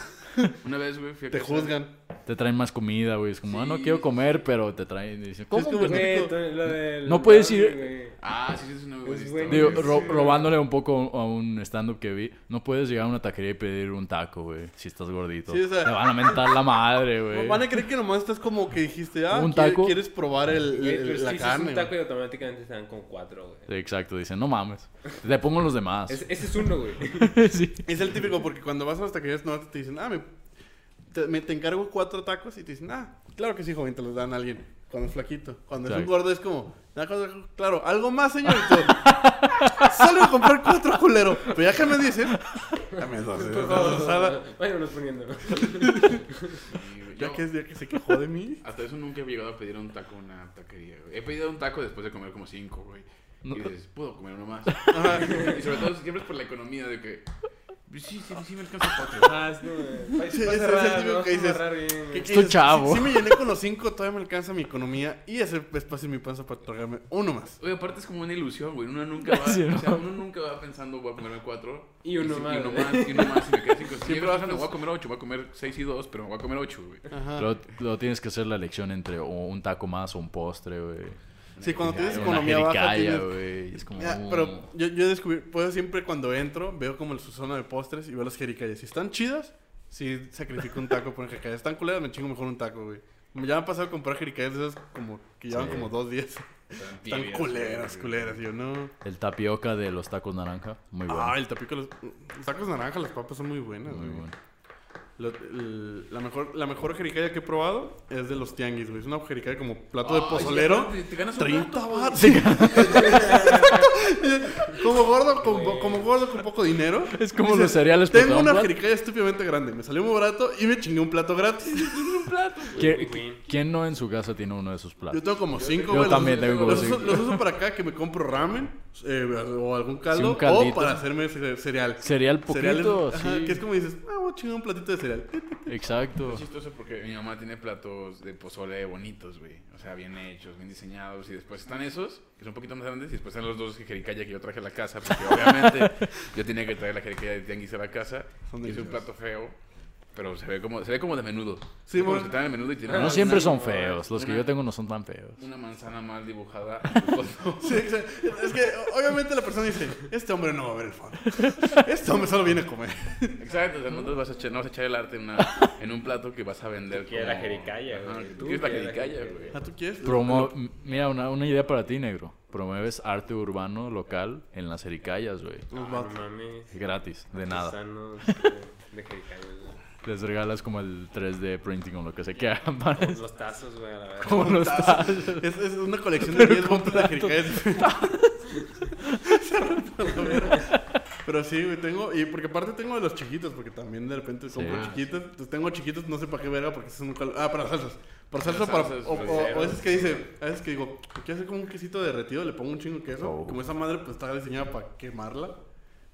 S1: Una vez, güey, fui a
S2: Te
S1: casa-
S2: juzgan.
S3: Te traen más comida, güey. Es como, ah, no
S1: Sí.
S3: quiero comer, pero te traen. y dicen, ¿Cómo?
S2: como
S3: que
S2: el
S3: no?
S2: de-
S4: Güey, todo lo del-
S3: No puedes ir-
S4: güey.
S1: Ah, sí, sí, es una buena
S4: Es
S1: historia.
S3: Digo,
S4: Sí.
S3: ro- robándole un poco a un stand-up que vi, no puedes llegar a una taquería y pedir un taco, güey, si estás gordito.
S2: Sí, o sea-
S3: Te van a mentar la madre, güey.
S2: Van a creer que nomás estás como que dijiste, ah,
S3: ¿Un
S2: quiere-
S3: taco?
S2: quieres probar el,
S4: Güey, pero
S2: el-
S4: si
S2: la
S4: dices
S2: carne.
S4: un taco y automáticamente te dan como cuatro, güey.
S3: Sí, exacto, dicen, no mames. Te pongo los demás.
S4: Es- ese es uno, güey.
S3: Sí.
S2: güey. Es el típico porque cuando vas a las taquerías no te dicen, ah, me te, me- te encargo cuatro tacos y te dicen, ah, claro que sí, joven, te los dan a alguien. Cuando es flaquito. Cuando es un
S3: Exacto.
S2: gordo es como, "Ah, claro, claro, algo más, señor. Y tú, Salgo a comprar cuatro, culero. Pero ya que me dicen, dame dos.
S4: Por
S2: dame
S4: favor,
S2: dos, ala.
S4: vámonos poniendo.
S1: Sí, güey.
S2: Ya
S1: Yo-
S2: que, ya que se quejó de mí.
S1: Hasta eso nunca he llegado a pedir un taco en una taquería, güey. He pedido un taco después de comer como cinco, güey. Y dices, puedo comer uno más.
S2: Ajá.
S1: y sobre todo siempre es por la economía de que pues Sí, sí, sí, me alcanza cuatro.
S4: Ah, es como de, pa-
S2: Sí,
S4: pa
S2: ese es el
S4: cerrar,
S2: típico
S4: ¿no?
S2: que dices,
S4: Pa cerrar bien.
S2: ¿Qué- qué
S3: Estoy
S2: dices?
S3: chavo.
S2: Si, si me llené con los cinco, todavía me alcanza mi economía y ese espacio en mi panza para tragarme uno más.
S1: Oye, aparte es como una ilusión, güey. Uno nunca va,
S3: Sí,
S1: o sea,
S3: ¿no?
S1: uno nunca va pensando, voy a comerme cuatro.
S4: Y uno
S1: si-
S4: más.
S1: Y uno más, y uno más, y me quedé cinco. Siempre vas pensando, voy a comer ocho, voy a comer seis y dos, pero me voy a comer ocho, güey.
S2: Ajá.
S3: Luego, luego tienes que hacer la elección entre o un taco más o un postre, güey.
S2: Sí, cuando tienes
S3: Una
S2: economía baja,
S3: jericaya,
S2: tienes...
S3: güey. Es como...
S2: Ya,
S3: uh,
S2: pero yo, yo descubrí, pues siempre cuando entro, veo como su zona de postres y veo las jericayas. Si están chidas, sí sacrifico un taco por una jericaya. Si están culeras, me chingo mejor un taco, güey. Ya me han pasado a comprar jericayas de esas como que llevan
S3: Sí.
S2: como dos días. Están
S1: Tibias,
S2: culeras,
S1: güey.
S2: culeras, yo no.
S3: El tapioca de los tacos naranja. Muy bueno.
S2: Ah, el tapico, los, los tacos naranja, las papas son muy buenas,
S3: muy
S2: güey.
S3: bueno.
S2: Lo- el- la, mejor, la mejor jericaya que he probado es de los tianguis, güey. Es una jericaya como plato de
S1: Ay,
S2: pozolero.
S1: te- te ganas un
S2: 30
S1: plato, güey.
S2: baht. Sí. como gordo, con, po- como gordo con poco dinero.
S3: Es como
S2: Dices,
S3: los cereales
S2: Tengo una
S3: Protonblat".
S2: jericaya estúpidamente grande. Me salió muy barato y me chingué un plato gratis.
S3: ¿Qui- ¿Quién no en su casa tiene uno de esos
S2: Yo
S3: platos?
S2: tengo como cinco,
S3: Yo
S2: güey. Los
S3: también
S2: uso-
S3: tengo como
S2: los
S3: cinco.
S2: uso- los uso para acá que me compro ramen eh, o algún
S3: Sí,
S2: caldo
S3: un caldito.
S2: o para hacerme ce- cereal.
S3: Cereal
S2: Cereales,
S3: poquito,
S2: ajá,
S3: sí.
S2: que es como dices, ah, voy a chingar un platito de cereal.
S3: Exacto.
S1: Es chistoso porque mi mamá tiene platos de pozole bonitos, güey. O sea, bien hechos, bien diseñados. Y después están esos, que son un poquito más grandes. Y después están los dos de jericaya que yo traje a la casa. Porque obviamente yo tenía que traer la jericaya de tianguis a la casa.
S2: Son
S1: y es un
S2: deliciosos.
S1: plato feo. Pero se ve como, se ve como de menudo.
S2: Sí,
S1: Sí, como
S2: bueno.
S1: los que traen de menudo y tienen
S3: No
S1: una-
S3: siempre
S1: una-
S3: son feos. Los que
S1: una-
S3: yo tengo no son tan feos.
S1: Una manzana mal dibujada. en tu foto.
S2: Sí, o sea, es que obviamente la persona dice, este hombre no va a ver el fondo. Este hombre solo viene a comer.
S1: Exacto, o sea, no, te vas a echar, no vas a echar el arte en, una, en un plato que vas a vender.
S4: Tú quieres la
S1: como-
S4: jericaya, güey.
S1: Ajá, Tú
S4: Tú
S1: quieres la
S4: quieres la
S1: jericaya,
S4: jericaya.
S1: güey.
S2: ¿Ah, tú quieres?
S3: Promo m- Mira, una, una idea para ti, negro. Promueves arte urbano local en las ericayas, güey.
S2: Los
S4: Ah, No
S2: vatos.
S4: mames.
S3: Gratis, de nada.
S4: Artesanos de- de jericaya, güey.
S3: Les regalas como el 3D printing o lo que se que hagan para eso.
S4: Los tazos, güey, a la verdad.
S3: Como los tazos.
S2: Es, es una colección de 10 botes de jericayas. Se rompe la verga. Pero sí, güey, tengo. Y porque aparte tengo de los chiquitos, porque también de repente compro
S3: Ah,
S2: chiquitos. Entonces tengo chiquitos, no sé para qué verga, porque son un calor. Ah, para salsas. Para salsa,
S1: Para
S2: para.
S1: salsas,
S2: o,
S1: para
S2: o-
S1: ceros.
S2: o a veces que dice, a veces que digo, quiero hacer como un quesito derretido, le pongo un chingo de queso.
S3: Oh.
S2: Como esa madre, pues está diseñada para quemarla.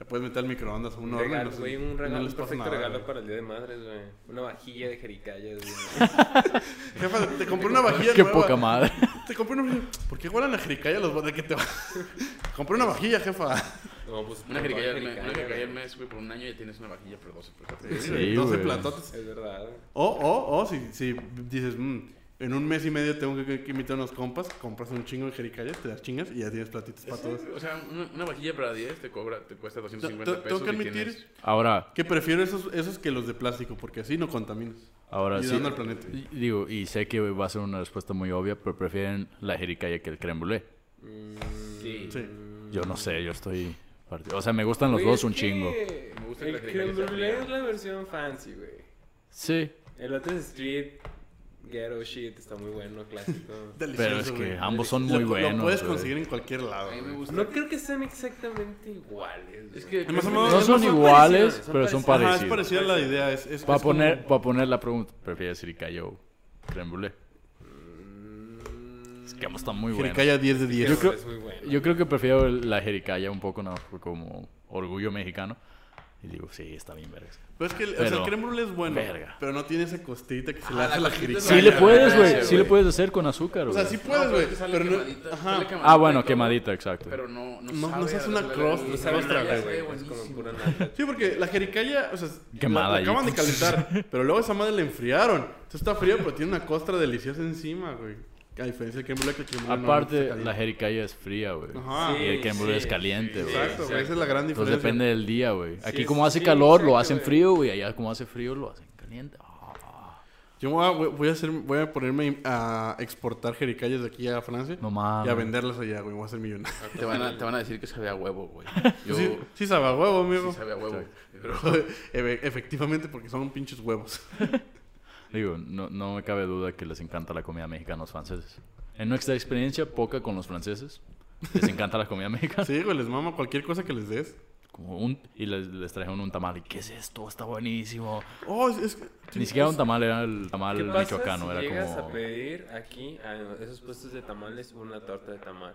S2: La puedes meter al microondas o un
S4: Un
S2: horno. y
S4: regalo,
S2: no se-
S4: güey,
S2: no
S4: un regalo,
S2: les
S4: un
S2: pasa
S4: perfecto
S2: nada,
S4: regalo
S2: güey.
S4: para el Día de Madres, güey. Una vajilla de jericayas, güey.
S2: Jefa, te compré una vajilla
S3: Qué
S2: nueva.
S3: poca madre.
S2: Te compré una ¿Por qué huelen a jericaya los botes que te va? compré una vajilla, jefa.
S4: No, pues
S1: Una jericaya al mes,
S4: jericaya,
S1: una jericaya al
S4: güey.
S1: mes, güey, por un año ya tienes una vajilla por 12. Por
S3: Sí,
S2: 12
S3: güey.
S2: platotes.
S4: Es verdad.
S2: O, o, o, si, si dices, "Mm, en un mes y medio tengo que, que invitar unos compas, compras un chingo de jericayas, te das chingas y ya tienes platitos para todos.
S1: O sea, una, una vajilla para 10 te, cobra, te cuesta
S2: O sea,
S1: 250
S2: te-
S1: pesos.
S2: Tengo que
S1: y
S2: admitir
S1: tienes-
S3: Ahora,
S2: que prefiero esos, esos que los de plástico, porque así no contaminas.
S3: ahora
S2: Y
S3: sí.
S2: dando al planeta.
S3: y- Digo, y sé que va a ser una respuesta muy obvia, pero prefieren la jericaya que el creme brûlée.
S4: Mm,
S1: Sí.
S2: Sí.
S3: Yo no sé, yo estoy... parti- O sea, me gustan los
S4: Güey,
S3: dos
S4: es
S3: un
S4: que
S3: chingo.
S1: Me gusta que
S4: El
S1: la jericaya
S4: creme
S1: sea
S4: brulee
S1: fría.
S4: es la versión fancy, güey.
S3: Sí,
S4: El otro es street, ghetto shit, está muy bueno, clásico.
S2: Delicioso,
S3: pero es que
S2: güey.
S3: ambos son
S2: Lo-
S3: muy
S2: lo,
S3: buenos.
S2: puedes
S3: güey.
S2: conseguir en cualquier lado.
S1: A mí me
S2: güey.
S1: gusta.
S4: No creo que sean exactamente iguales.
S1: Es
S4: güey.
S1: que.
S2: Más o menos-
S3: No son
S4: son
S3: iguales,
S4: parecidos, son
S3: pero son
S4: parecidos.
S2: Ajá, es
S3: parecidos.
S2: parecida la idea. Es, es,
S3: Para
S2: es como-
S3: poner, pa' poner la pregunta, ¿prefieres jericaya o creme brûlée?
S4: Mm,
S3: Es que ambos están muy buenos.
S2: Jericaya 10 de 10.
S3: creo-
S4: es muy bueno.
S3: Yo creo que prefiero el- la jericaya un poco, ¿no? Por Como orgullo mexicano. Y digo, sí, está bien, vergas.
S2: Pero Pues es que el, o sea,
S3: Pero-
S2: el creme brulee es bueno,
S3: Verga.
S2: pero no tiene esa costita que se le
S1: Ah,
S2: hace a
S1: la
S2: la
S1: costita
S2: jericaya.
S1: es buena.
S3: Sí le
S1: la
S3: puedes,
S1: diferencia,
S3: güey. Sí
S1: güey.
S3: le puedes hacer con azúcar,
S2: O
S3: güey.
S2: sea, sí
S1: No,
S2: puedes,
S1: pero
S2: güey,
S1: es que sale
S2: pero no...
S1: quemadita,
S2: Ajá.
S1: sale quemadita
S3: ah,
S1: y
S3: bueno,
S1: todo,
S3: quemadita, exacto.
S1: Pero no, no,
S2: No- no
S1: sabe
S2: se hace
S1: a-
S2: una
S1: a-
S2: crust,
S1: a-
S4: No
S2: es
S4: sabe
S2: una
S1: sabe a-
S4: nada,
S2: otra,
S1: sabe
S4: güey, Es
S1: buenísimo.
S4: como pura nata.
S2: Sí, porque la jericaya, o sea,
S3: Quemada
S2: la- la
S3: ahí.
S2: acaban de calentar, pero luego esa madre la enfriaron. Entonces está fría, pero tiene una costra deliciosa encima, güey. A diferencia del creme brulee que el creme brulee no
S3: Aparte,
S2: está
S3: la
S2: caliente.
S3: jericaya es fría, güey.
S2: Ajá.
S3: Y el creme
S4: Sí,
S3: brûlée es
S4: sí,
S3: caliente,
S4: sí,
S3: güey.
S2: Exacto, güey, esa es la gran
S3: Entonces
S2: diferencia.
S3: depende del día, güey. Aquí
S4: es-
S3: como hace
S4: sí,
S3: calor, lo
S4: exacto,
S3: hacen
S4: güey.
S3: frío, güey. Allá como hace frío, lo hacen caliente. Ah,
S2: Yo voy a, voy a hacer, voy a ponerme a exportar jericayas de aquí a Francia
S3: no
S2: y a
S3: mames.
S2: venderlas allá, güey. Voy a ser millonario.
S1: Te van, a, te van a decir que sabe a huevo, güey. Yo.
S2: Sí,
S1: Sí,
S2: sí sabe a huevo, amigo.
S1: sabe a huevo. Pero.
S2: Efe- Efectivamente, porque son pinches huevos.
S3: Digo, no, no me cabe duda que les encanta la comida mexicana a los franceses. En nuestra experiencia, poca con los franceses. Les encanta la comida mexicana.
S2: Sí, güey, les mama cualquier cosa que les des.
S3: Como un, y les, les trajeron un tamal. ¿Y qué es esto? Está buenísimo.
S2: Oh, es, es-
S3: Ni siquiera un tamal, era el
S4: ¿Qué
S3: tamal
S4: pasa
S3: michoacano.
S4: si
S3: era
S4: llegas
S3: como.
S4: a pedir aquí a esos puestos de tamales una torta de tamal?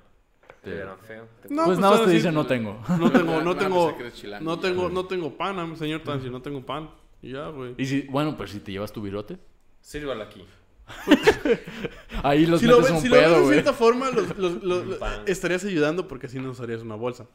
S4: Te verán feo. Te
S3: pues
S2: No, pues,
S3: nada más
S2: ahora
S3: te
S2: sí,
S3: dicen no
S2: pues,
S3: tengo.
S2: No tengo,
S1: Nah,
S2: no
S1: pues,
S2: tengo,
S1: sé que eres chilango,
S2: no
S1: ya,
S2: tengo,
S1: güey.
S2: no tengo pan, am- señor Tansi, no tengo pan. Y ya, güey.
S3: Y si, bueno, pero si te llevas tu virote,
S4: Sírvalo aquí.
S3: ahí los
S2: Si lo
S3: metes
S2: ves,
S3: a un
S2: si lo ves
S3: pedo,
S2: de
S3: güey.
S2: cierta forma, los- los- los- los-
S4: Pan.
S2: estarías ayudando porque así no usarías una bolsa.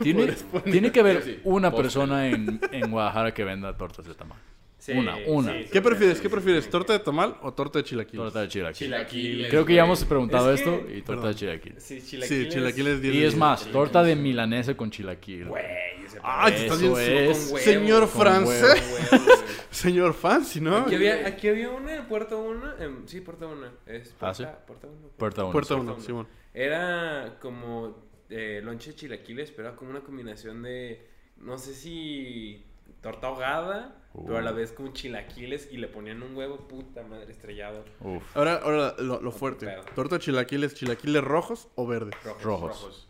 S3: Tiene, tiene
S1: Sí,
S3: que haber
S1: sí.
S3: una
S1: Postre.
S3: persona en, en Guadalajara que venda tortas de tamal.
S4: Sí,
S3: Una,
S4: sí,
S3: una.
S4: sí,
S2: ¿Qué
S4: sí,
S2: prefieres?
S4: sí,
S2: ¿Qué
S4: sí,
S2: prefieres?
S4: sí.
S2: ¿Torta de tamal o torta de chilaquiles?
S3: Torta de chilaquil.
S4: Chilaquiles.
S3: Creo que ya hemos
S4: güey.
S3: preguntado
S4: Es que-
S3: esto y torta de chilaquil.
S4: Sí, chilaquiles.
S2: Sí, chilaquiles 10
S3: Y
S2: de
S3: es
S2: 10.
S3: más, torta de milanesa con chilaquil.
S4: Güey, ese
S2: Ay,
S4: pedo.
S2: te estás
S3: Eso
S2: bien
S3: es.
S2: su-
S4: Con
S2: Señor
S4: huevo,
S3: con
S2: francés.
S4: Huevo, güey.
S2: Señor Fancy, ¿no?
S4: Aquí había, aquí había una en Puerto Una. em, sí, Puerto Una. Es
S3: Ah,
S4: Puerta,
S3: ¿sí?
S4: Puerta Una, Puerta-
S3: Puerta uno.
S2: Puerta
S4: Puerta
S2: 1,
S4: uno.
S2: Simón.
S4: Era como eh, lonche de chilaquiles, pero era como una combinación de. No sé si. Torta ahogada, pero a la
S3: Uh.
S4: vez con chilaquiles y le ponían un huevo, puta madre, estrellado.
S3: Uf.
S2: Ahora, ahora lo, lo fuerte.
S4: pedo.
S2: ¿Torta de chilaquiles, chilaquiles rojos o verdes?
S4: Rojos.
S3: Rojos.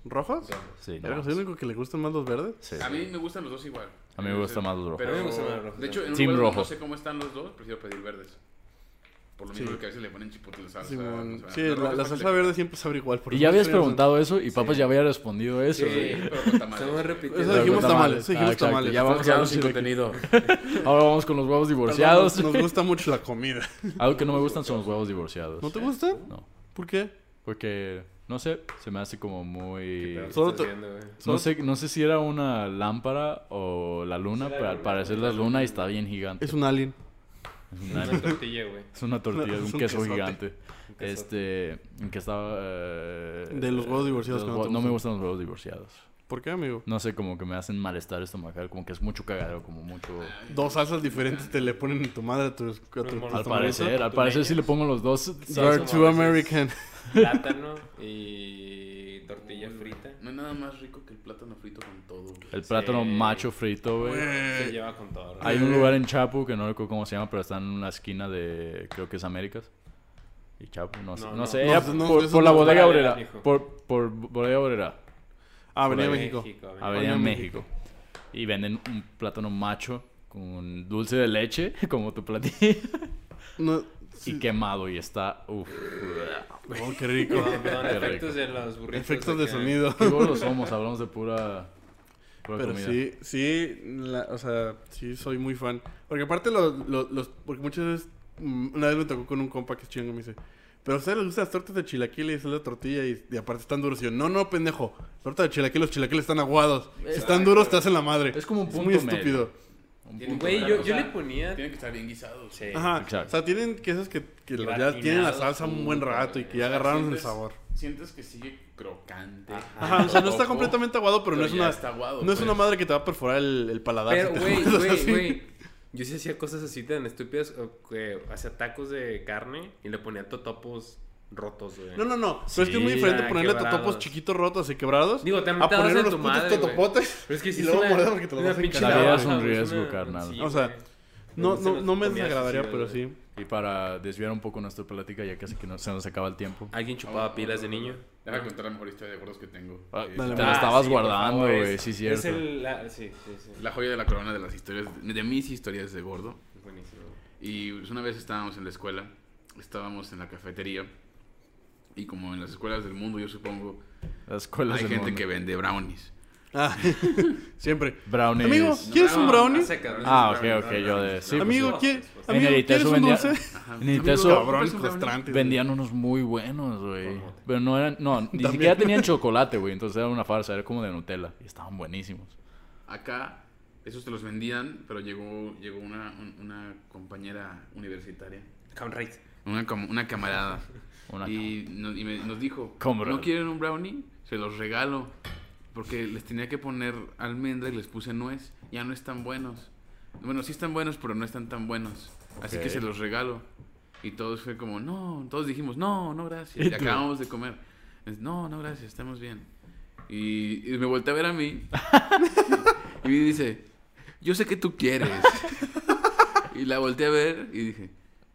S4: Rojos.
S2: ¿Rojos?
S3: Sí, no
S2: ¿Eres
S3: más.
S2: el único que le gustan más los verdes?
S3: Sí.
S1: A mí me gustan los dos igual.
S3: A mí me gustan más los rojos.
S1: Pero,
S4: A mí me gustan más los rojos
S1: De hecho, en un
S3: Team
S1: lugar donde
S3: rojo.
S1: no sé cómo están los dos, prefiero pedir verdes. Por lo mismo que a veces le ponen chipotle de salsa.
S2: Simón.
S1: o sea,
S2: Sí,
S1: los
S2: la,
S1: rojos
S2: la
S1: para que
S2: salsa
S1: le-
S2: verde siempre sabe igual. porque
S3: Y ya
S2: no
S3: habías
S2: sé, o sea,
S3: preguntado eso y Papas ya había respondido eso.
S4: Sí,
S3: güey.
S1: Pero con tamales.
S4: Estamos
S2: Eso
S4: repitiendo.
S3: Pero
S2: dijimos
S3: con
S2: tamales, eso dijimos
S3: Ah, exacto.
S2: tamales.
S3: Ya vamos a
S1: Estamos
S3: los
S1: sin
S3: chilaquiles.
S1: contenido.
S3: Ahora vamos con los huevos
S2: perdón,
S3: divorciados.
S2: Nos, nos gusta mucho la comida.
S3: Algo que no me gustan son los huevos divorciados.
S2: ¿No te gusta?
S3: No.
S2: ¿Por qué?
S3: Porque, no sé, se me hace como muy...
S4: Pero
S2: Solo
S4: estás
S2: te-
S4: viendo, güey.
S3: No sé, no sé si era una lámpara o la luna,
S4: Sí, la
S3: pero al
S4: luna.
S3: parecer la luna y está bien gigante.
S2: Es un alien.
S3: Es una,
S4: Una tortilla, güey.
S3: es una tortilla,
S2: es
S3: es un,
S2: un
S3: queso
S2: quesote.
S3: gigante.
S4: Un quesote.
S3: Este, en que estaba... eh,
S2: De los huevos divorciados
S3: de
S2: que
S3: los
S2: no
S3: hue-
S2: te
S3: no, me
S2: gustan.
S3: gustan los huevos divorciados.
S2: ¿Por qué, amigo?
S3: No sé, como que me hacen malestar estomacal, como que es mucho cagadero, como mucho...
S2: Dos salsas diferentes te le ponen en tu madre a tu, a tu- a tu
S3: Al
S4: ¿Los
S3: parecer, al
S4: tamalitos?
S3: parecer si le pongo los dos...
S2: You're
S4: Sí,
S2: too
S4: a veces.
S2: American.
S4: Plátano y tortilla frita.
S1: No hay nada más rico que el plátano frito con todo. güey.
S3: El plátano
S4: Sí.
S3: macho frito, güey.
S4: Se lleva con todo. ¿no?
S3: Eh. Hay un lugar en Chapu que no recuerdo cómo se llama, pero está en una esquina de, creo que es Américas. Y Chapu, no sé.
S4: No,
S3: No,
S4: no.
S3: sé,
S2: No,
S3: era
S2: pues, no,
S3: por,
S2: eso
S3: por
S2: no
S3: la
S2: es
S3: bodega
S4: Paralela,
S3: obrera.
S4: mijo.
S3: Por, por bodega obrera,
S2: Ah, venía
S3: Por
S2: de
S3: ahí.
S2: México.
S4: ven.
S3: Avenida
S2: Oye,
S3: México. Y venden un plátano macho con dulce de leche, como tu platillo,
S2: No,
S3: y quemado. Y está, uff.
S2: oh, qué rico.
S4: Perdón, perdón,
S3: Qué rico.
S4: efectos de los burritos.
S2: Efectos de
S4: acá.
S2: sonido.
S3: Qué gordos somos, hablamos de pura, pura
S2: Pero
S3: comida.
S2: sí, sí, la- o sea, sí soy muy fan. Porque aparte lo- lo- los, porque muchas veces, mm, una vez me tocó con un compa que es chingo, me dice, pero a ustedes les gustan las tortas de chilaquiles, es la tortilla y, y aparte están duros. Y yo, no, no, pendejo, torta de chilaquiles, los chilaquiles están aguados. Si están
S4: Exacto.
S2: duros, te hacen la madre.
S3: Es como un punto
S2: muy
S3: medio.
S2: estúpido.
S3: Un
S1: Tiene-
S3: punto.
S4: Güey, yo,
S1: O
S4: yo
S1: sea,
S4: le ponía.
S1: Tienen que estar bien guisados.
S4: Sí.
S2: Ajá,
S3: Exacto.
S2: o sea, tienen quesos que, que los- ya
S4: Gratinados,
S2: tienen la salsa un buen
S4: puta,
S2: rato y
S4: güey.
S2: que ya
S1: O sea,
S2: agarraron el
S1: sientes-
S2: sabor.
S1: Sientes que sigue crocante.
S2: Ajá, o sea, no está
S1: Poco,
S2: completamente aguado, pero, no es
S1: ya
S2: una...
S1: está aguado,
S2: no es una
S1: pues.
S2: madre que te va a perforar el, el paladar.
S4: Pero,
S2: si te
S4: güey,
S2: lo comes
S4: güey,
S2: así.
S4: güey. Yo sí hacía cosas así tan estúpidas. o que hacía tacos de carne y le ponía totopos rotos, güey.
S2: No, no, no. Pero es que es muy
S3: Sí,
S2: diferente
S4: ah,
S2: ponerle
S4: quebrados.
S2: totopos chiquitos rotos y quebrados.
S4: Digo, también
S2: a
S4: te vas
S2: poner
S4: a
S2: unos
S4: tu
S2: putos
S4: madre, güey.
S2: totopotes.
S4: Pero es que
S2: y
S4: sí
S2: luego
S4: una-
S2: morder porque te lo
S4: una
S2: vas a
S4: pinche
S2: encarar.
S3: La vida es
S4: navaja,
S3: un
S4: güey,
S3: riesgo,
S4: una-
S3: carnal.
S4: sí,
S2: O sea,
S4: güey.
S2: No,
S4: Se
S2: no,
S4: los
S2: no me
S4: comías así,
S2: desagradaría,
S4: güey.
S2: pero sí.
S3: Y para desviar un poco nuestra plática, ya casi que no, se nos acaba el tiempo.
S4: ¿Alguien chupaba pilas de niño?
S1: Déjame contar la mejor historia de gordos que tengo.
S3: Ah,
S1: Eh,
S2: dale,
S3: te
S2: Ah,
S3: lo estabas
S4: sí, por
S3: guardando,
S4: favor,
S3: güey,
S4: es-
S3: sí, cierto.
S4: Es el. la- sí, sí, sí.
S1: La joya de la corona de las historias, de mis historias de gordo.
S4: Buenísimo.
S1: Y pues, una vez estábamos en la escuela, estábamos en la cafetería. Y como en las escuelas del mundo, yo supongo,
S3: Las escuelas
S1: hay
S3: del
S1: gente
S3: mundo.
S1: que vende brownies.
S2: Ah, siempre.
S3: Brownies.
S2: Amigo, ¿quieres
S1: No,
S2: un brownie?
S4: A secas, ¿no?
S3: Ah,
S4: Es
S3: ok,
S4: un
S3: ok,
S4: brownie,
S3: yo
S4: brownie,
S3: de-
S4: es
S3: sí,
S4: un
S3: pues,
S4: brownie.
S2: Amigo, ¿quie-
S4: Pues,
S3: En
S2: amigo,
S3: el
S2: ¿quieres
S3: Iteso
S2: un
S3: vendía-
S2: dulce?
S1: Ajá.
S3: Ni
S1: Amigo,
S3: te eso-
S1: ¿compras un
S2: Cabrón,
S1: Pues, brownie?
S2: costrantes.
S3: Vendían unos muy buenos, güey.
S4: Camote.
S3: Pero no eran, no, ni
S2: También.
S3: siquiera tenían chocolate, güey. Entonces era una farsa, era como de Nutella. Y estaban buenísimos.
S1: Acá, esos te los vendían, pero llegó, llegó una, un- una compañera universitaria,
S4: Conrad.
S1: una, com- una camarada.
S3: Una
S1: y no- y me- nos dijo,
S3: Camarada.
S1: ¿no quieren un brownie? Se los regalo. Porque les tenía que poner almendra y les puse nuez. Ya no están buenos. Bueno, sí están buenos, pero no están tan buenos. Así
S3: Ok.
S1: que se los regalo. Y todos fue como, no, todos dijimos, no, no, gracias.
S3: ¿Y
S1: Y
S3: tú?
S1: acabamos de comer. Es, No, no, gracias, estamos bien. Y, y me volteé a ver a mí. y me dice, yo sé que tú quieres. y la volteé a ver y dije,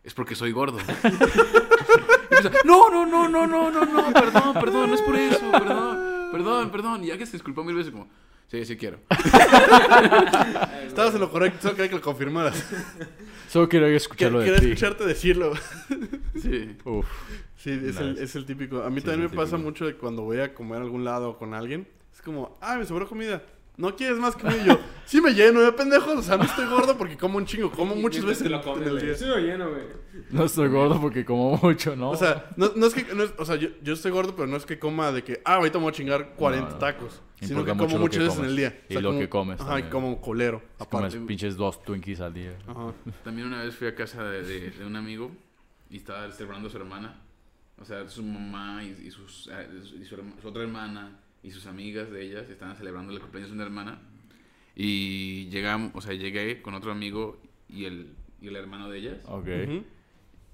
S1: es porque soy gordo. Y empieza, no, no, no, no, no, no, no, perdón, perdón, no es por eso, perdón, perdón, perdón. Y ya que se disculpó mil veces, como, Sí, sí quiero.
S2: Estabas en lo correcto, solo quería que lo confirmaras.
S3: Solo quiero
S2: Que-
S3: escucharlo
S2: Quería
S3: de ti.
S2: escucharte decirlo.
S1: Sí.
S3: Uf.
S2: Sí, es, el,
S3: Nice.
S2: es el típico. A mí
S3: Sí,
S2: también
S3: es
S2: me
S3: el
S2: pasa
S3: típico.
S2: mucho de cuando voy a comer a algún lado o con alguien. Es como, ah, me sobró comida. ¿No quieres más comida? Y yo, sí me lleno, de pendejo. O sea, no estoy gordo porque como un chingo. Como muchas
S4: Mientras
S2: veces
S4: te
S2: en,
S4: lo comes,
S2: en el
S4: güey.
S2: día.
S4: Sí, lo lleno, güey.
S3: No estoy gordo porque como mucho, ¿no?
S2: O sea, no, no es que, no es- o sea yo, yo estoy gordo, pero no es que coma de que, ah, ahorita me voy a chingar 40
S3: No, no.
S2: tacos. Sino
S3: Importa
S2: que
S3: mucho
S2: como
S3: lo
S2: muchas
S3: que
S2: veces en
S3: comes.
S2: el día.
S3: Y lo
S2: como-
S3: que comes
S2: Ajá, y
S3: también.
S2: como colero.
S3: Es como
S2: Aparte.
S3: esos pinches dos Twinkies al día.
S2: Ajá.
S1: También una vez fui a casa de, de- de un amigo y estaba celebrando a su hermana. O sea, su mamá y, y sus, eh, y su, herma- su otra hermana y sus amigas de ellas estaban celebrando el cumpleaños de una hermana. Y llegamos, o sea, llegué con otro amigo y el, y el hermano de ellas.
S3: Ok.
S2: Ujú.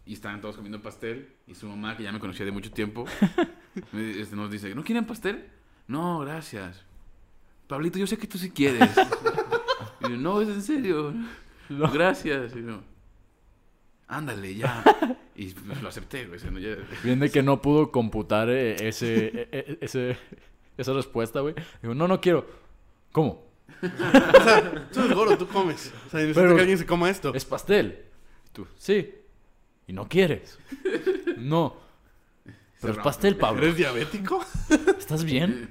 S1: Y estaban todos comiendo pastel. Y su mamá, que ya me conocía de mucho tiempo, me- este, nos dice, ¿no quieren pastel? No, gracias. Pablito, yo sé que tú sí quieres. Y yo, no, es en serio.
S3: No.
S1: Gracias. Y yo, ándale, ya. Y pues, lo acepté, güey. o sea, no, ya-
S3: Bien de que no pudo computar eh, ese, eh, eh, ese, esa respuesta, güey. Digo, no, no quiero. ¿Cómo?
S2: O sea, tú eres gordo, tú comes. O sea, necesito
S3: Pero-
S2: que alguien se coma esto.
S3: ¿Es pastel? Y Tú, sí. ¿Y no quieres? No. Pero es
S1: Cerrado.
S3: pastel, Pablo.
S2: ¿Eres diabético?
S3: ¿Estás bien?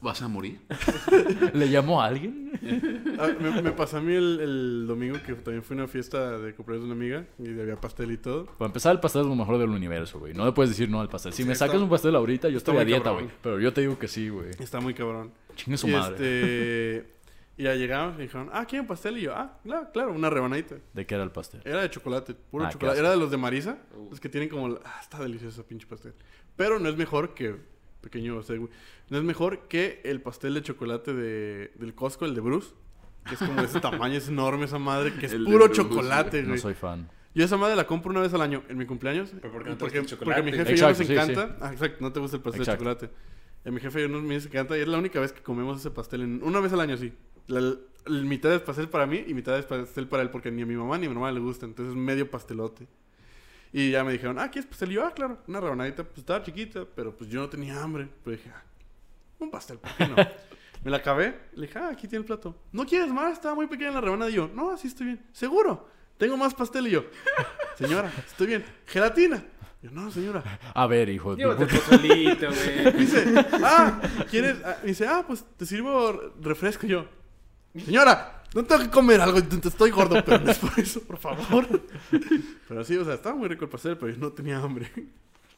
S1: ¿Vas a morir?
S3: ¿Le llamó a alguien?
S2: Ah, me, me pasó a mí el, el domingo que también fue una fiesta de cumpleaños de una amiga y había pastel y todo.
S3: Para empezar, el pastel es lo mejor del universo, güey. No le puedes decir no al pastel. Si
S2: Sí,
S3: me
S2: está-
S3: sacas un pastel ahorita, yo
S2: está
S3: estoy a
S2: muy
S3: dieta,
S2: cabrón.
S3: güey. Pero yo te digo que sí, güey.
S2: Está muy cabrón.
S3: Chingue su
S2: y
S3: madre.
S2: este y ya llegamos y dijeron, "Ah, ¿quieren pastel?" Y yo, "Ah, claro, claro, una rebanadita."
S3: ¿De qué era el pastel?
S2: Era de chocolate, puro
S3: Ah, qué
S2: chocolate.
S3: asco.
S2: Era de los de Marisa,
S4: Uh.
S2: los que tienen como, el- ah, está delicioso ese pinche pastel. Pero no es mejor que pequeño, o sea, güey, no es mejor que el pastel de chocolate de, del Costco, el de Bruce. Que es como de ese tamaño, es enorme esa madre, que es
S1: El de
S2: puro
S1: Bruce,
S2: chocolate, güey.
S3: No soy fan.
S2: Yo esa madre la compro una vez al año en mi cumpleaños.
S4: Pero ¿por qué no te
S2: porque,
S4: gusta el
S2: porque a mi
S4: chocolate?
S2: jefe ya nos
S3: Exacto, sí,
S2: encanta. Ah, exacto, no te gusta el pastel
S3: Exacto.
S2: de chocolate. A mi jefe ya nos, nos encanta y es la única vez que comemos ese pastel. En, una vez al año, sí. La, la mitad es pastel para mí y mitad es pastel para él porque ni a mi mamá ni a mi mamá le gusta. Entonces medio pastelote. Y ya me dijeron, ah, ¿quieres pastel? Y yo, ah, claro, una rebanadita. Pues estaba chiquita, pero pues yo no tenía hambre. Pero dije, ah, un pastel, ¿por qué no? me la acabé. Le dije, ah, aquí tiene el plato. ¿No quieres más? Estaba muy pequeña la rebanada. Y yo, no, así estoy bien. ¿Seguro? Tengo más pastel. Y yo, señora, estoy bien. ¿Gelatina? Y yo, no, señora.
S3: A ver, hijo de tu
S4: Llévate
S3: puta-
S4: pozolito, güey.
S2: Dice, ah, ¿quieres? Ah, dice, ah, pues te sirvo re- refresco. Y yo, señora, no tengo que comer algo. ent- Estoy gordo, pero no es por eso, por favor. Pero sí, o sea, estaba muy rico el pastel, pero yo no tenía hambre.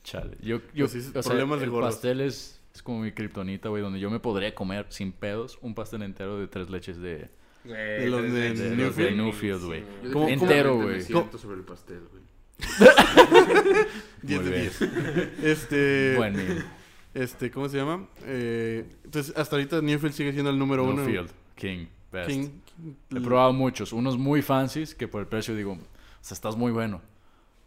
S3: Chale. Yo, yo,
S2: Pues sí,
S3: o sea,
S2: problemas de
S3: el
S2: gordos.
S3: pastel es, es como mi kriptonita, güey, donde yo me podría comer sin pedos un pastel entero de tres leches de,
S4: De
S2: los de
S3: de los de
S2: Newfield.
S3: Newfield, güey.
S4: Sí,
S1: Yo
S2: ¿Cómo-
S3: Entero,
S1: definitivamente
S3: güey.
S1: Me siento sobre el pastel, güey.
S2: 10 de
S3: bien.
S2: 10. Este.
S3: Bueno,
S2: Este, ¿cómo se llama? Eh, entonces, hasta ahorita Newfield sigue siendo el número uno.
S3: Newfield, King, best.
S2: King-
S4: Mm.
S3: He probado muchos, unos muy fancies que por el precio digo, o sea, estás muy bueno,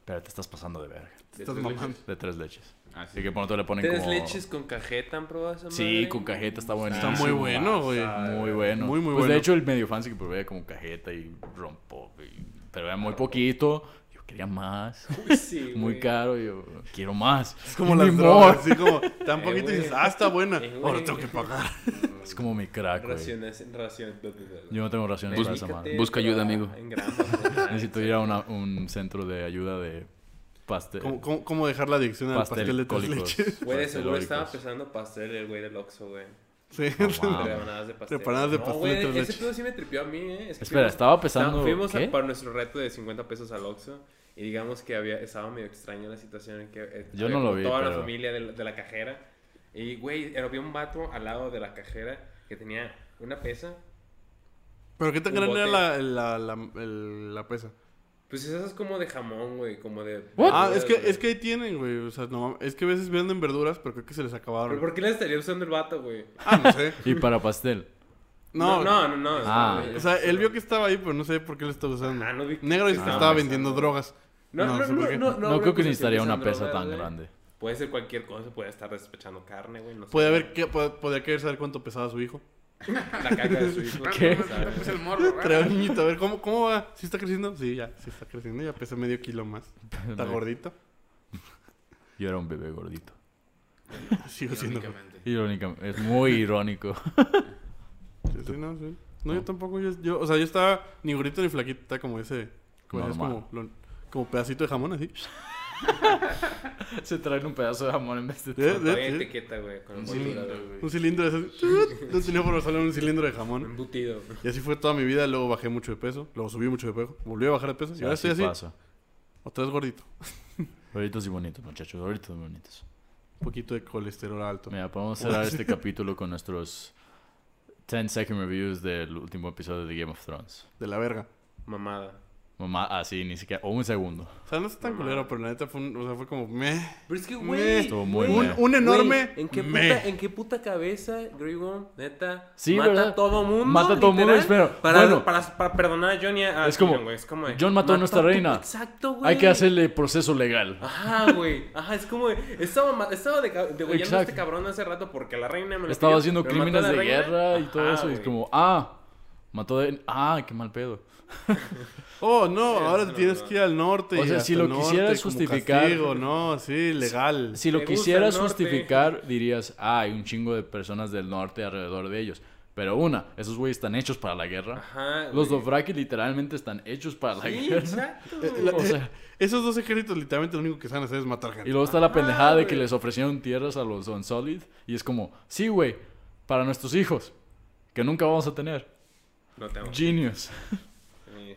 S3: pero te estás pasando de verga.
S1: ¿De
S2: Te Estás
S1: tres leches?
S2: mamando.
S3: De tres leches.
S1: Ah,
S3: Así
S1: sí.
S3: que por otro le ponen
S4: ¿Tres
S3: como...
S4: leches con cajeta han probado esa
S3: Sí,
S4: madre?
S3: con cajeta está
S2: Está
S3: buenísimo.
S2: muy bueno, güey.
S3: Muy bueno.
S2: Muy, muy
S3: pues
S2: bueno.
S3: De hecho, el medio fancy que probé era como cajeta y rompo. y- Pero era muy poquito. Yo quería más.
S4: Uy, Ah, sí,
S3: Muy
S4: güey.
S3: caro. Yo quiero más.
S2: Es como
S3: Ni
S2: las
S3: more.
S2: drogas, así como tan
S4: Eh,
S2: poquito y
S4: güey.
S2: dices, ah, está buena.
S4: Eh, güey.
S2: Ahora tengo que pagar.
S3: Es como mi crack, güey.
S4: Raciones, raciones.
S3: Yo no tengo raciones para esa madre.
S1: Busca ayuda, amigo.
S3: Necesito ir a una- un centro de ayuda de pastel.
S2: ¿Cómo, cómo, cómo dejar la adicción al
S3: pastel
S2: pastel de tres
S3: cólicos,
S2: leches?
S4: Güey, de seguro
S3: pastelóricos.
S4: estaba pesando pastel el güey del Oxxo, güey.
S3: Ah,
S2: Sí.
S3: No mames.
S4: Rebanadas de pastel.
S2: Rebanadas de pastel
S4: No, güey,
S2: entre leche.
S4: ese pedo sí me tripió a mí, ¿eh? Es que
S3: Espera,
S4: fuimos-
S3: estaba pesando.
S4: fuimos a-
S3: ¿qué?
S4: para nuestro reto de 50 pesos al Oxxo. Y digamos que había, estaba medio extraño la situación en que eh,
S3: Yo
S4: había
S3: no lo
S4: como
S3: vi,
S4: toda la
S3: pero-
S4: familia de, la- de la cajera. Y, güey, había un vato al lado de la cajera que tenía una pesa.
S2: ¿Pero qué tan
S4: Un
S2: grande era
S4: bote.
S2: la, la, la, el- la pesa?
S4: Pues esas es como de jamón, güey, como de...
S2: Ah,
S4: verduras,
S2: es que,
S4: güey.
S2: es que ahí tienen, güey. O sea, no, mames. es que a veces venden verduras, pero creo que se les acabaron.
S4: ¿Pero por qué le estaría usando el vato, güey?
S2: Ah, no sé.
S3: Y para pastel.
S2: No,
S4: no, no, no.
S3: Ah.
S4: güey.
S2: O sea, él vio que estaba ahí, pero no sé por qué lo estaba usando.
S4: Ah, no vi que-
S2: Negro dice
S4: que
S2: que
S4: estaba
S2: estaba
S4: pesando.
S2: vendiendo drogas.
S4: No, no, no,
S2: sé por qué.
S4: no, no,
S3: No,
S4: habrá
S3: creo pues que
S4: cosas
S3: necesitaría una
S4: pesan
S3: pesa
S4: drogas,
S3: tan
S4: güey.
S3: grande.
S4: Puede ser cualquier cosa, puede estar despechando carne, güey. No sé.
S2: Puede haber, que, puede- podría querer saber cuánto pesaba su hijo.
S4: La caca de su hijo.
S3: ¿Qué?
S4: no sabe.
S1: Pues el morro,
S2: Trae
S4: Ah.
S2: un niñito, a ver, ¿cómo, ¿cómo va? ¿Sí está creciendo? Sí, ya, sí está creciendo. Ya pesa medio kilo más. Está gordito.
S3: Yo era un bebé gordito.
S2: Sigo siendo.
S1: Irónicamente.
S3: Irónicamente. Es muy irónico.
S2: Sí, sí, no, sí. No, yo tampoco. Yo, yo- o sea, yo estaba ni gordito ni flaquito. Estaba como ese. Como, es
S3: Normal.
S2: como, lo- como pedacito de jamón así.
S3: Se traen un pedazo de jamón en vez de
S2: Eh,
S3: torta.
S2: eh,
S4: Trae
S2: sí.
S4: etiqueta, güey, con
S1: Un
S4: envoltura,
S1: cilindro,
S4: güey.
S1: güey.
S2: Un cilindro de esos. De un cinéforo sale un cilindro de jamón.
S4: Embutido.
S2: Y así fue toda mi vida. Luego bajé mucho de peso. Luego subí mucho de peso. Volví a bajar de peso.
S3: Sí,
S2: y ahora
S3: así
S2: estoy así.
S3: pasa.
S2: Otra vez gordito.
S3: Doritos y bonitos, muchachos. Doritos y bonitos.
S2: Un poquito de colesterol alto.
S3: Mira, podemos cerrar este capítulo con nuestros 10 second reviews del último episodio de Game of Thrones.
S2: De la verga.
S4: Mamada.
S3: Mamá, así, ni siquiera. O un segundo.
S2: O sea, no es tan
S4: Mamá.
S2: culero, pero la neta fue, un- o sea, fue como meh.
S4: Pero es que,
S2: Meh.
S4: güey.
S3: Estuvo muy
S2: Un,
S3: meh.
S2: un enorme.
S4: Güey, ¿en, qué
S2: meh.
S4: puta, ¿En qué puta cabeza, Grey Worm, neta?
S3: Sí,
S4: mata
S3: ¿verdad?
S4: a todo mundo.
S3: Mata a todo mundo,
S4: literal,
S3: espero.
S4: Para,
S3: Bueno.
S4: para, para perdonar a Johnny. a- a
S3: Es como,
S4: Tyrion, güey, es como de,
S3: John mató a nuestra
S4: tu-
S3: reina.
S4: Exacto, güey.
S3: Hay que hacerle proceso legal.
S4: Ajá, güey. Ajá, es como. de, Estaba, ma- estaba de, ca- de degollando a
S3: Exacto.
S4: este cabrón hace rato porque la reina me lo
S3: Estaba
S4: pidió,
S3: haciendo
S4: pero mató a
S3: crímenes
S4: la
S3: de
S4: reina.
S3: guerra y todo
S4: Ajá,
S3: eso. Y es
S4: güey.
S3: como, ah, mató de. Ah, qué mal pedo.
S2: Oh, no,
S4: Sí,
S2: ahora
S4: no,
S2: tienes
S4: no.
S2: que ir al norte.
S3: O
S2: y
S3: sea,
S2: hasta
S3: si lo
S2: el norte
S3: quisieras
S2: como
S3: justificar- pues,
S2: castigo, no, sí, legal.
S3: Si
S4: Me
S3: lo
S4: gusta
S3: quisieras
S4: el norte.
S3: justificar, dirías, ah, hay un chingo de personas del norte alrededor de ellos. Pero una, esos güeyes están hechos para la guerra.
S4: Ajá,
S3: Los
S4: güey.
S3: Dothraki literalmente están hechos para la
S4: Sí,
S3: guerra.
S4: exacto.
S2: Eh,
S4: güey.
S2: la-
S3: O sea-
S2: esos dos ejércitos, literalmente, lo único que saben hacer es matar
S3: Y
S2: gente.
S3: luego está la
S4: Ajá,
S3: pendejada de que
S4: güey.
S3: les ofrecieron tierras a los Unsolid. Y es como, sí, güey, para nuestros hijos, que nunca vamos a tener.
S4: No tengo. Este,
S3: Genius.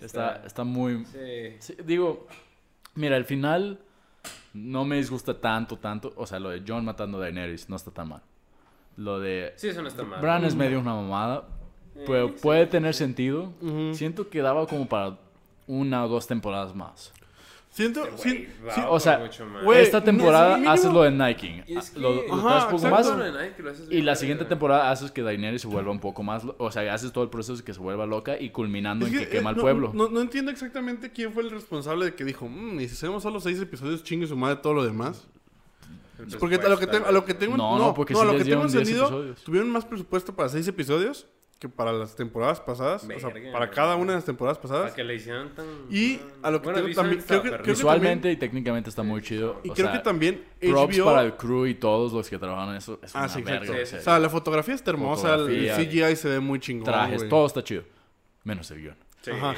S3: Está, está muy...
S4: Sí.
S3: Sí, digo, mira, el final no me disgusta tanto, tanto. O sea, lo de John matando a Daenerys no está tan mal. Lo de
S4: Sí, eso no está mal.
S3: Bran es medio una mamada,
S4: Eh,
S3: pero
S4: sí,
S3: puede tener sentido.
S2: Ujú.
S3: Siento que daba como para una o dos temporadas más.
S2: Siento,
S4: Este Güey,
S2: sí,
S4: va,
S2: sí,
S3: o sea,
S4: mucho más.
S2: güey,
S3: Esta
S2: no,
S3: temporada
S2: sí, mínimo.
S3: haces lo de Nike. ah,
S4: Y es que-
S3: Lo, lo
S2: Ajá,
S3: traes un poco
S2: exacto.
S3: más.
S4: Todo lo de Nike lo haces
S3: Y
S4: bien
S3: la
S4: verga,
S3: siguiente
S4: güey.
S3: temporada haces que Daenerys se vuelva un poco más. lo- O sea, haces todo el proceso que se vuelva loca y culminando
S2: es
S3: en
S2: que,
S3: que quema
S2: eh,
S3: el
S2: no-
S3: pueblo.
S2: No, no entiendo exactamente quién fue el responsable de que dijo, mmm, y si hacemos solo seis episodios, chingue su madre todo lo demás.
S3: Pues,
S4: Entonces,
S2: Porque a lo que, te- a lo que tengo
S3: No,
S2: no,
S3: no, porque
S2: no, a
S3: sí
S2: lo
S3: les
S2: que tengo
S3: dieron 10
S2: entendido,
S3: episodios.
S2: tuvieron más presupuesto para seis episodios que para las temporadas pasadas, o
S4: Verga,
S2: sea, para cada una de las temporadas pasadas.
S4: Para que le hicieran tan.
S2: Y a lo que tengo también- creo que- creo que-
S3: Visualmente y técnicamente está muy chido.
S2: Y
S3: o
S2: creo
S3: sea,
S2: que también
S3: Props
S2: HBO
S3: para el crew y todos los que trabajan en eso. Es
S2: Ah,
S3: una
S2: sí,
S3: verga.
S2: exacto.
S3: en
S4: Sí,
S3: serio.
S2: O sea, la fotografía está hermosa,
S3: Fotografía,
S2: el CGI se ve muy chingón.
S3: Trajes,
S2: güey.
S3: todo está chido. Menos el guión.
S2: Ajá.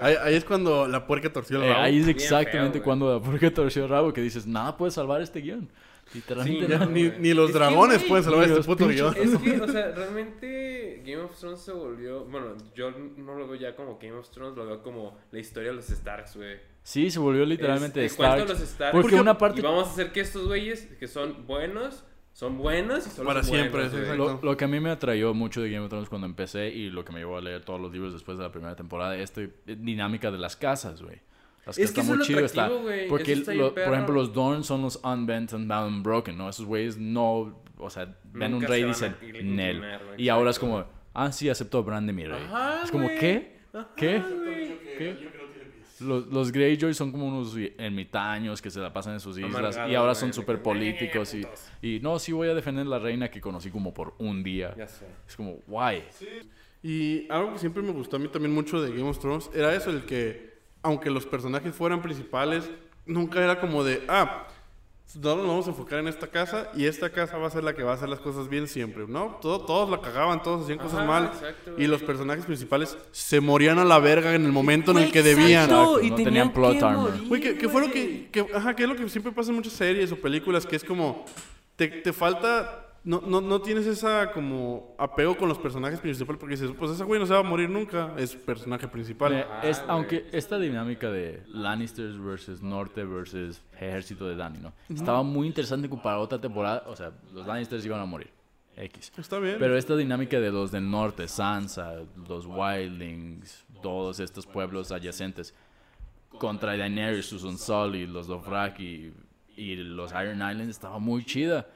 S2: Ahí, ahí es cuando la puerca torció el
S3: Eh,
S2: rabo.
S3: ahí es
S4: Bien
S3: exactamente
S4: feo, güey.
S3: cuando la purga torció el rabo que dices, nada puede salvar este guión. Literalmente
S4: Sí,
S2: Ya
S3: nada.
S4: no,
S2: ni,
S4: güey.
S2: ni los
S4: Es que,
S2: dragones
S4: güey,
S2: pueden salvar
S3: ni
S2: este
S3: los
S2: puto
S3: pinches-
S2: guión.
S4: Es que, o sea, realmente Game of Thrones se volvió. Bueno, yo no lo veo ya como Game of Thrones, lo veo como la historia de los Starks, güey.
S3: Sí, se volvió literalmente
S4: Es- en cuanto
S3: Stark.
S4: a los Starks,
S3: porque
S2: Porque-
S3: una parte
S4: Y vamos a hacer que estos güeyes, que son buenos, son buenos y son
S2: Para
S4: los
S2: siempre,
S4: buenos,
S2: sí,
S4: güey.
S2: exacto.
S3: Lo, lo que a mí me atrayó mucho de Game of Thrones cuando empecé y lo que me llevó a leer todos los libros después de la primera temporada, esta dinámica de las casas, güey. Las
S4: Es que
S3: casas
S4: eso es lo
S3: está-
S4: atractivo, güey.
S3: Porque,
S4: Eso está
S3: lo-
S4: bien perro.
S3: por ejemplo, los Dorn son los unbent and bound and broken, ¿no? Esos güeyes no, o sea, ven un
S4: Nunca
S3: rey y
S4: se
S3: dicen,
S4: van a inclinar,
S3: Nel.
S4: güey,
S3: Y ahora es
S4: exacto.
S3: como, ah, sí, acepto a Bran de mi rey.
S4: Ajá,
S3: es como,
S4: güey.
S3: ¿qué?
S4: Ajá,
S3: ¿Qué?
S4: güey.
S3: ¿Qué? Los, los Greyjoy son como unos ermitaños que se la pasan en sus islas
S4: Amargados,
S3: y ahora
S4: güey,
S3: son
S4: de que,
S3: súper políticos y,
S4: putos.
S3: y no, sí voy a defender la reina que conocí como por un día.
S4: Ya sé.
S3: Es como, guay.
S2: Y algo que siempre me gustó a mí también mucho de Game of Thrones era eso, el que, aunque los personajes fueran principales, nunca era como de, ah, no nos vamos a enfocar en esta casa y esta casa va a ser la que va a hacer las cosas bien siempre, ¿no? Todo- todos la cagaban, todos hacían cosas
S4: Ajá,
S2: mal
S4: exacto,
S2: y
S4: güey.
S2: los personajes principales se morían a la verga en el momento en el que debían.
S3: Exacto, y no tenían plot armor.
S2: Güey, que, que fue lo que, que- ajá, que es lo que siempre pasa en muchas series o películas, que es como, te, te falta, no, no, no tienes esa como apego con los personajes principales, porque dices, pues ese güey no se va a morir nunca, es personaje principal.
S3: Eh, es-
S4: güey.
S3: aunque esta dinámica de Lannisters versus Norte versus Ejército de Dani, ¿no? Estaba muy interesante como para otra temporada. O sea, los Lannisters iban a morir. X.
S2: Está bien.
S3: Pero esta dinámica de los del norte, Sansa, los Wildlings, todos estos pueblos adyacentes, contra Daenerys, sus Unsullied, los Dothraki y los Iron Islands, estaba muy chida.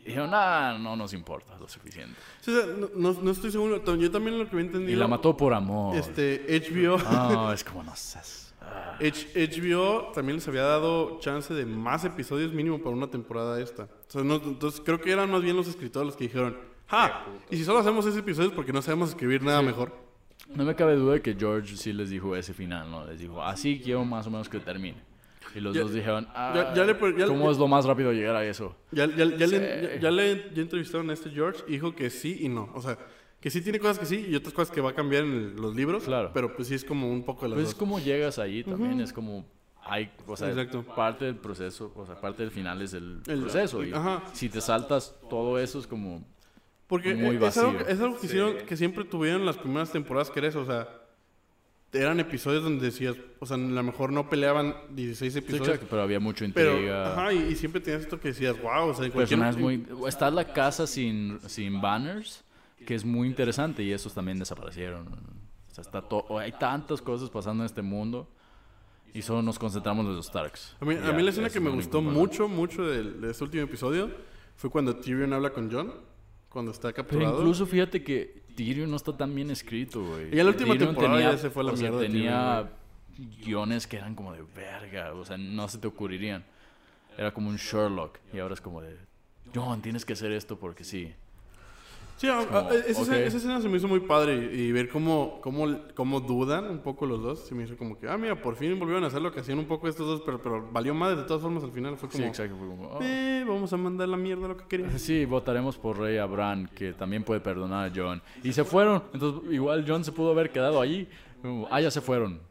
S3: Y dijeron, "Nah, no nos importa lo suficiente.
S2: Sí, o sea, no, no- no estoy seguro, tam- yo también lo que había entendido...
S3: Y la mató por amor.
S2: Este, HBO,
S3: Ah, es como no seas-
S2: H- HBO también les había dado chance de más episodios mínimo para una temporada esta. O sea, no- entonces creo que eran más bien los escritores los que dijeron, ¡ja! Y si solo hacemos ese episodio es porque no sabemos escribir nada mejor.
S3: No me cabe duda que George sí les dijo ese final, ¿no? Les dijo, así quiero más o menos que termine. Y los
S2: Ya-
S3: dos dijeron, ah,
S2: ya- ya le pre- ya le-
S3: ¿cómo es lo más rápido llegar a eso?
S2: Ya, ya, ya, le,
S3: Sí.
S2: ya, ya le ya entrevistaron a este George y dijo que sí y no. O sea, Que sí tiene cosas que sí y otras cosas que va a cambiar en el- los libros.
S3: Claro.
S2: Pero pues sí es como un poco de las
S3: Pues es
S2: dos.
S3: como llegas ahí también, es como hay, o sea,
S2: Exacto.
S3: parte del proceso, o sea, parte del final es el,
S2: El-
S3: proceso y
S2: ajá.
S3: si te saltas todo eso es como
S2: Porque
S3: muy
S2: es algo,
S3: vacío.
S2: es algo que, hicieron, que siempre tuvieron las primeras temporadas que era eso, o sea... Eran episodios donde decías... O sea, a lo mejor no peleaban 16 episodios.
S3: exacto, pero había mucho
S2: Pero,
S3: intriga.
S2: ajá, y, y siempre tenías esto que decías, wow, o sea, en cualquier...
S3: personajes Pues muy está la casa sin sin banners, que es muy interesante y esos también desaparecieron. O sea, está to- hay tantas cosas pasando en este mundo y solo nos concentramos en los Starks.
S2: A mí,
S3: Ya,
S2: a mí la escena
S3: eso
S2: que me
S3: no es
S2: gustó
S3: ningún
S2: mucho, mucho del- de, este último episodio fue cuando Tyrion habla con John, cuando está
S3: Pero
S2: capturado.
S3: incluso fíjate que Tyrion no está tan bien escrito, güey.
S2: Y la última
S3: Tyrion
S2: temporada ya se fue a la
S3: o sea,
S2: mierda de
S3: tenía guiones que eran como de verga, o sea, no se te ocurrirían. Era como un Sherlock y ahora es como de, John, tienes que hacer esto porque sí.
S2: Sí, a- a-
S3: como,
S2: esa, escena-
S3: ok.
S2: esa escena se me hizo muy padre y, y ver cómo, cómo, cómo dudan un poco los dos, se me hizo como que, ah, mira, por fin volvieron a hacer lo que hacían un poco estos dos, pero, pero valió madre de todas formas al final. Fue
S3: Sí,
S2: como,
S3: exacto. fue como, oh.
S2: eh, vamos a mandar la mierda a lo que querían.
S3: Sí, votaremos por Rey Abraham, que también puede perdonar a John. Y se fueron, entonces igual John se pudo haber quedado allí. Como, Ah, ya se fueron.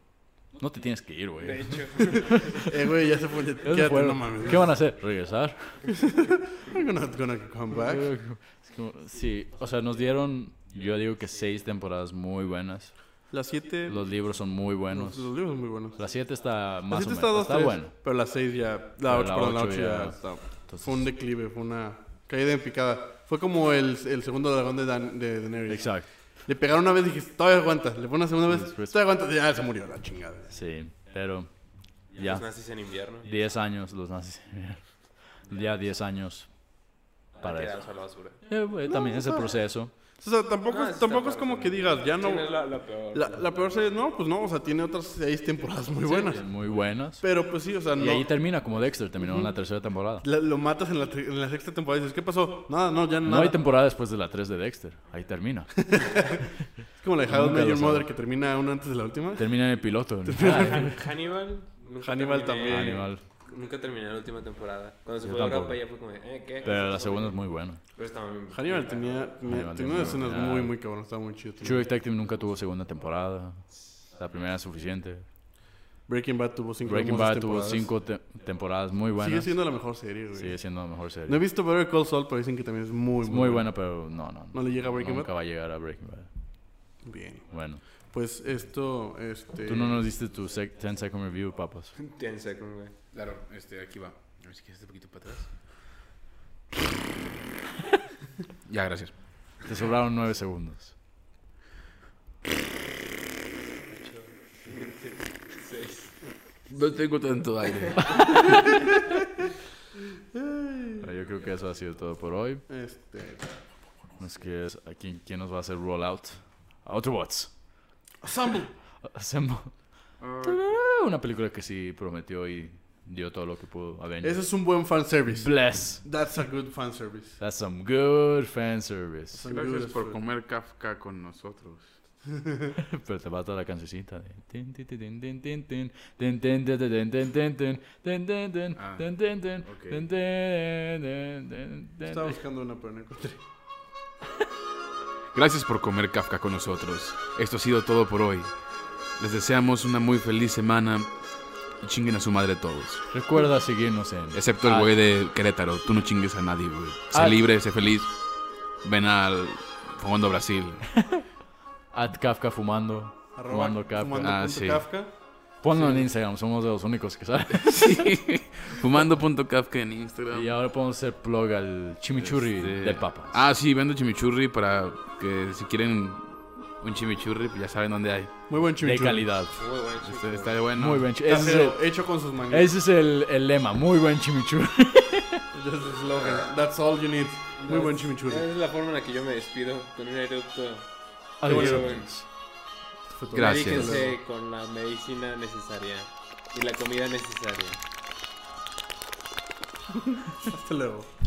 S3: No te tienes que ir,
S4: De
S3: güey.
S4: hecho,
S2: Eh, güey, ya se fue, ya-
S3: Ya se
S2: quédate,
S3: fueron.
S2: no mames.
S3: ¿Qué van a hacer? ¿Regresar?
S2: I'm not gonna come back.
S3: Es como- Sí, o sea, nos dieron, yo digo que seis temporadas muy buenas.
S2: Las siete, los,
S3: Los libros son muy buenos.
S2: los libros son muy buenos.
S3: La siete está
S2: La
S3: más
S2: siete
S3: o menos.
S2: está
S3: Está,
S2: dos, tres,
S3: bueno.
S2: Pero la 6 ya. La
S3: Pero
S2: 8,
S3: la
S2: perdón, la
S3: ocho
S2: 8 ya.
S3: ya- pues,
S2: está-
S3: Entonces-
S2: fue un declive, fue una caída en picada. Fue como el, el segundo dragón de, Dan, de Daenerys.
S3: Exacto.
S2: Le pegaron una vez y dije, todavía aguanta. Le ponen una segunda vez,
S3: Después-
S2: todavía aguanta. Ya se murió la chingada.
S3: Sí, pero
S4: los
S3: ya.
S4: nazis Pues en invierno.
S3: 10 años los nazis. ya 10 años para
S4: Tirados
S3: eso.
S4: a la basura.
S3: Eh, güey, también ese proceso.
S2: O sea, tampoco,
S4: No,
S2: es-
S4: Ah, está
S2: tampoco es
S4: padre,
S2: como
S4: ¿no?
S2: que digas, ya no.
S4: Sí, es la, la peor.
S2: La, la peor serie, no, pues no, o sea, tiene otras 6 temporadas muy buenas.
S3: Son Muy buenas.
S2: Pero pues sí, o sea, no.
S3: Y ahí termina como Dexter, terminó en la tercera temporada.
S2: la- lo matas en la, te- en la sexta temporada y dices, ¿qué pasó? Nada, no, ya
S3: No
S2: nada.
S3: hay temporada después de la 3 de Dexter. Ahí termina.
S2: es como la de How I
S3: Nunca
S2: Met
S3: lo
S2: Your Mother
S3: sabe.
S2: que termina una antes de la última.
S3: Termina en el piloto.
S4: Han- Hannibal. nunca
S2: Hannibal
S4: terminé-
S2: también.
S3: Hannibal.
S4: Nunca terminé la última temporada. Cuando se
S3: Yo
S4: fue a
S3: tampoco.
S4: Europa ya fue como, de, eh, ¿qué?
S3: Pero la segunda es muy buena.
S4: Pero estaba bien.
S2: Hannibal tenía, tenía,
S3: Hannibal
S2: tenía unas
S3: tenía-
S2: escenas muy, muy cabrón, estaba muy chido.
S3: True Detective nunca tuvo segunda temporada. La primera es suficiente.
S2: Breaking Bad tuvo cinco
S3: Breaking
S2: hermosas
S3: Bad tuvo
S2: temporadas.
S3: cinco te- temporadas muy
S2: Sigue
S3: buenas.
S2: siendo la mejor serie, güey.
S3: Sigue siendo la mejor
S2: No he
S3: serie.
S2: visto Better Call Saul, pero dicen que también es muy,
S3: Es muy buena, pero no, no.
S2: ¿No le llega a Breaking
S3: Nunca
S2: Bad?
S3: va a llegar a Breaking Bad.
S2: Bien.
S3: Bueno,
S2: Pues esto, este...
S3: tú no nos diste tu 10 second review, papas.
S4: Ten second, güey.
S1: Claro, este, aquí va. A ver si quieres este poquito para atrás. ya, gracias.
S3: Te sobraron 9 segundos.
S1: No tengo tanto aire.
S3: Pero yo creo que eso ha sido todo por hoy.
S2: Este...
S3: Es que es, ¿a quién, quién nos va a hacer rollout? A Autobots.
S2: Assemble.
S3: Assemble. Una película que sí prometió y dio todo lo que pudo. Avengers.
S2: Ese es un buen fanservice.
S3: Bless.
S2: That's a good fanservice.
S3: That's some good fan service.
S2: Some
S1: Gracias
S2: good
S1: por
S2: fan-
S1: comer Kafka con nosotros.
S3: Pero te va toda la cancioncita. de tin, tin, tin, tin, tin, tin, tin, tin, tin, tin, tin, tin, tin, tin, tin, tin,
S1: Ah,
S3: tin, tin, tin,
S1: ok.
S3: tin, tin, tin, tin, tin,
S2: Estaba
S3: tin.
S2: buscando una, pero no encontré.
S1: Gracias por comer Kafka con nosotros. Esto ha sido todo por hoy. Les deseamos una muy feliz semana y chinguen a su madre todos.
S3: Recuerda seguirnos en.
S1: Excepto el
S3: Ah,
S1: güey de Querétaro. Tú no chingues a nadie, güey. Sé
S3: Ah.
S1: libre, sé feliz. Ven al Fondo Brasil.
S3: At Kafka fumando. Fumando Kafka.
S1: Ah,
S2: punto
S1: sí.
S2: Kafka.
S3: Ponlo en Instagram, somos de los únicos que saben.
S1: Fumando.kafka en Instagram.
S3: Y ahora podemos hacer plug al chimichurri
S1: Este-
S3: del Papa.
S1: Ah, sí, vendo chimichurri para que si quieren un chimichurri, pues ya saben dónde hay.
S2: Muy buen
S3: de
S2: chimichurri.
S3: calidad.
S4: Muy buen chico.
S1: Este, está de bueno.
S3: Muy buen chimichurri. Ese es,
S2: Casero,
S3: el,
S2: hecho con sus mangas.
S3: ese es el- el lema, muy buen chimichurri.
S2: That's the slogan. That's all you need. Muy buen chimichurri.
S4: Esa es la forma en la que yo me despido. Con un eructo.
S3: Adiós.
S2: Fue todo.
S1: Gracias.
S4: Medíquense con la medicina necesaria. Y la comida necesaria.
S2: Hasta luego.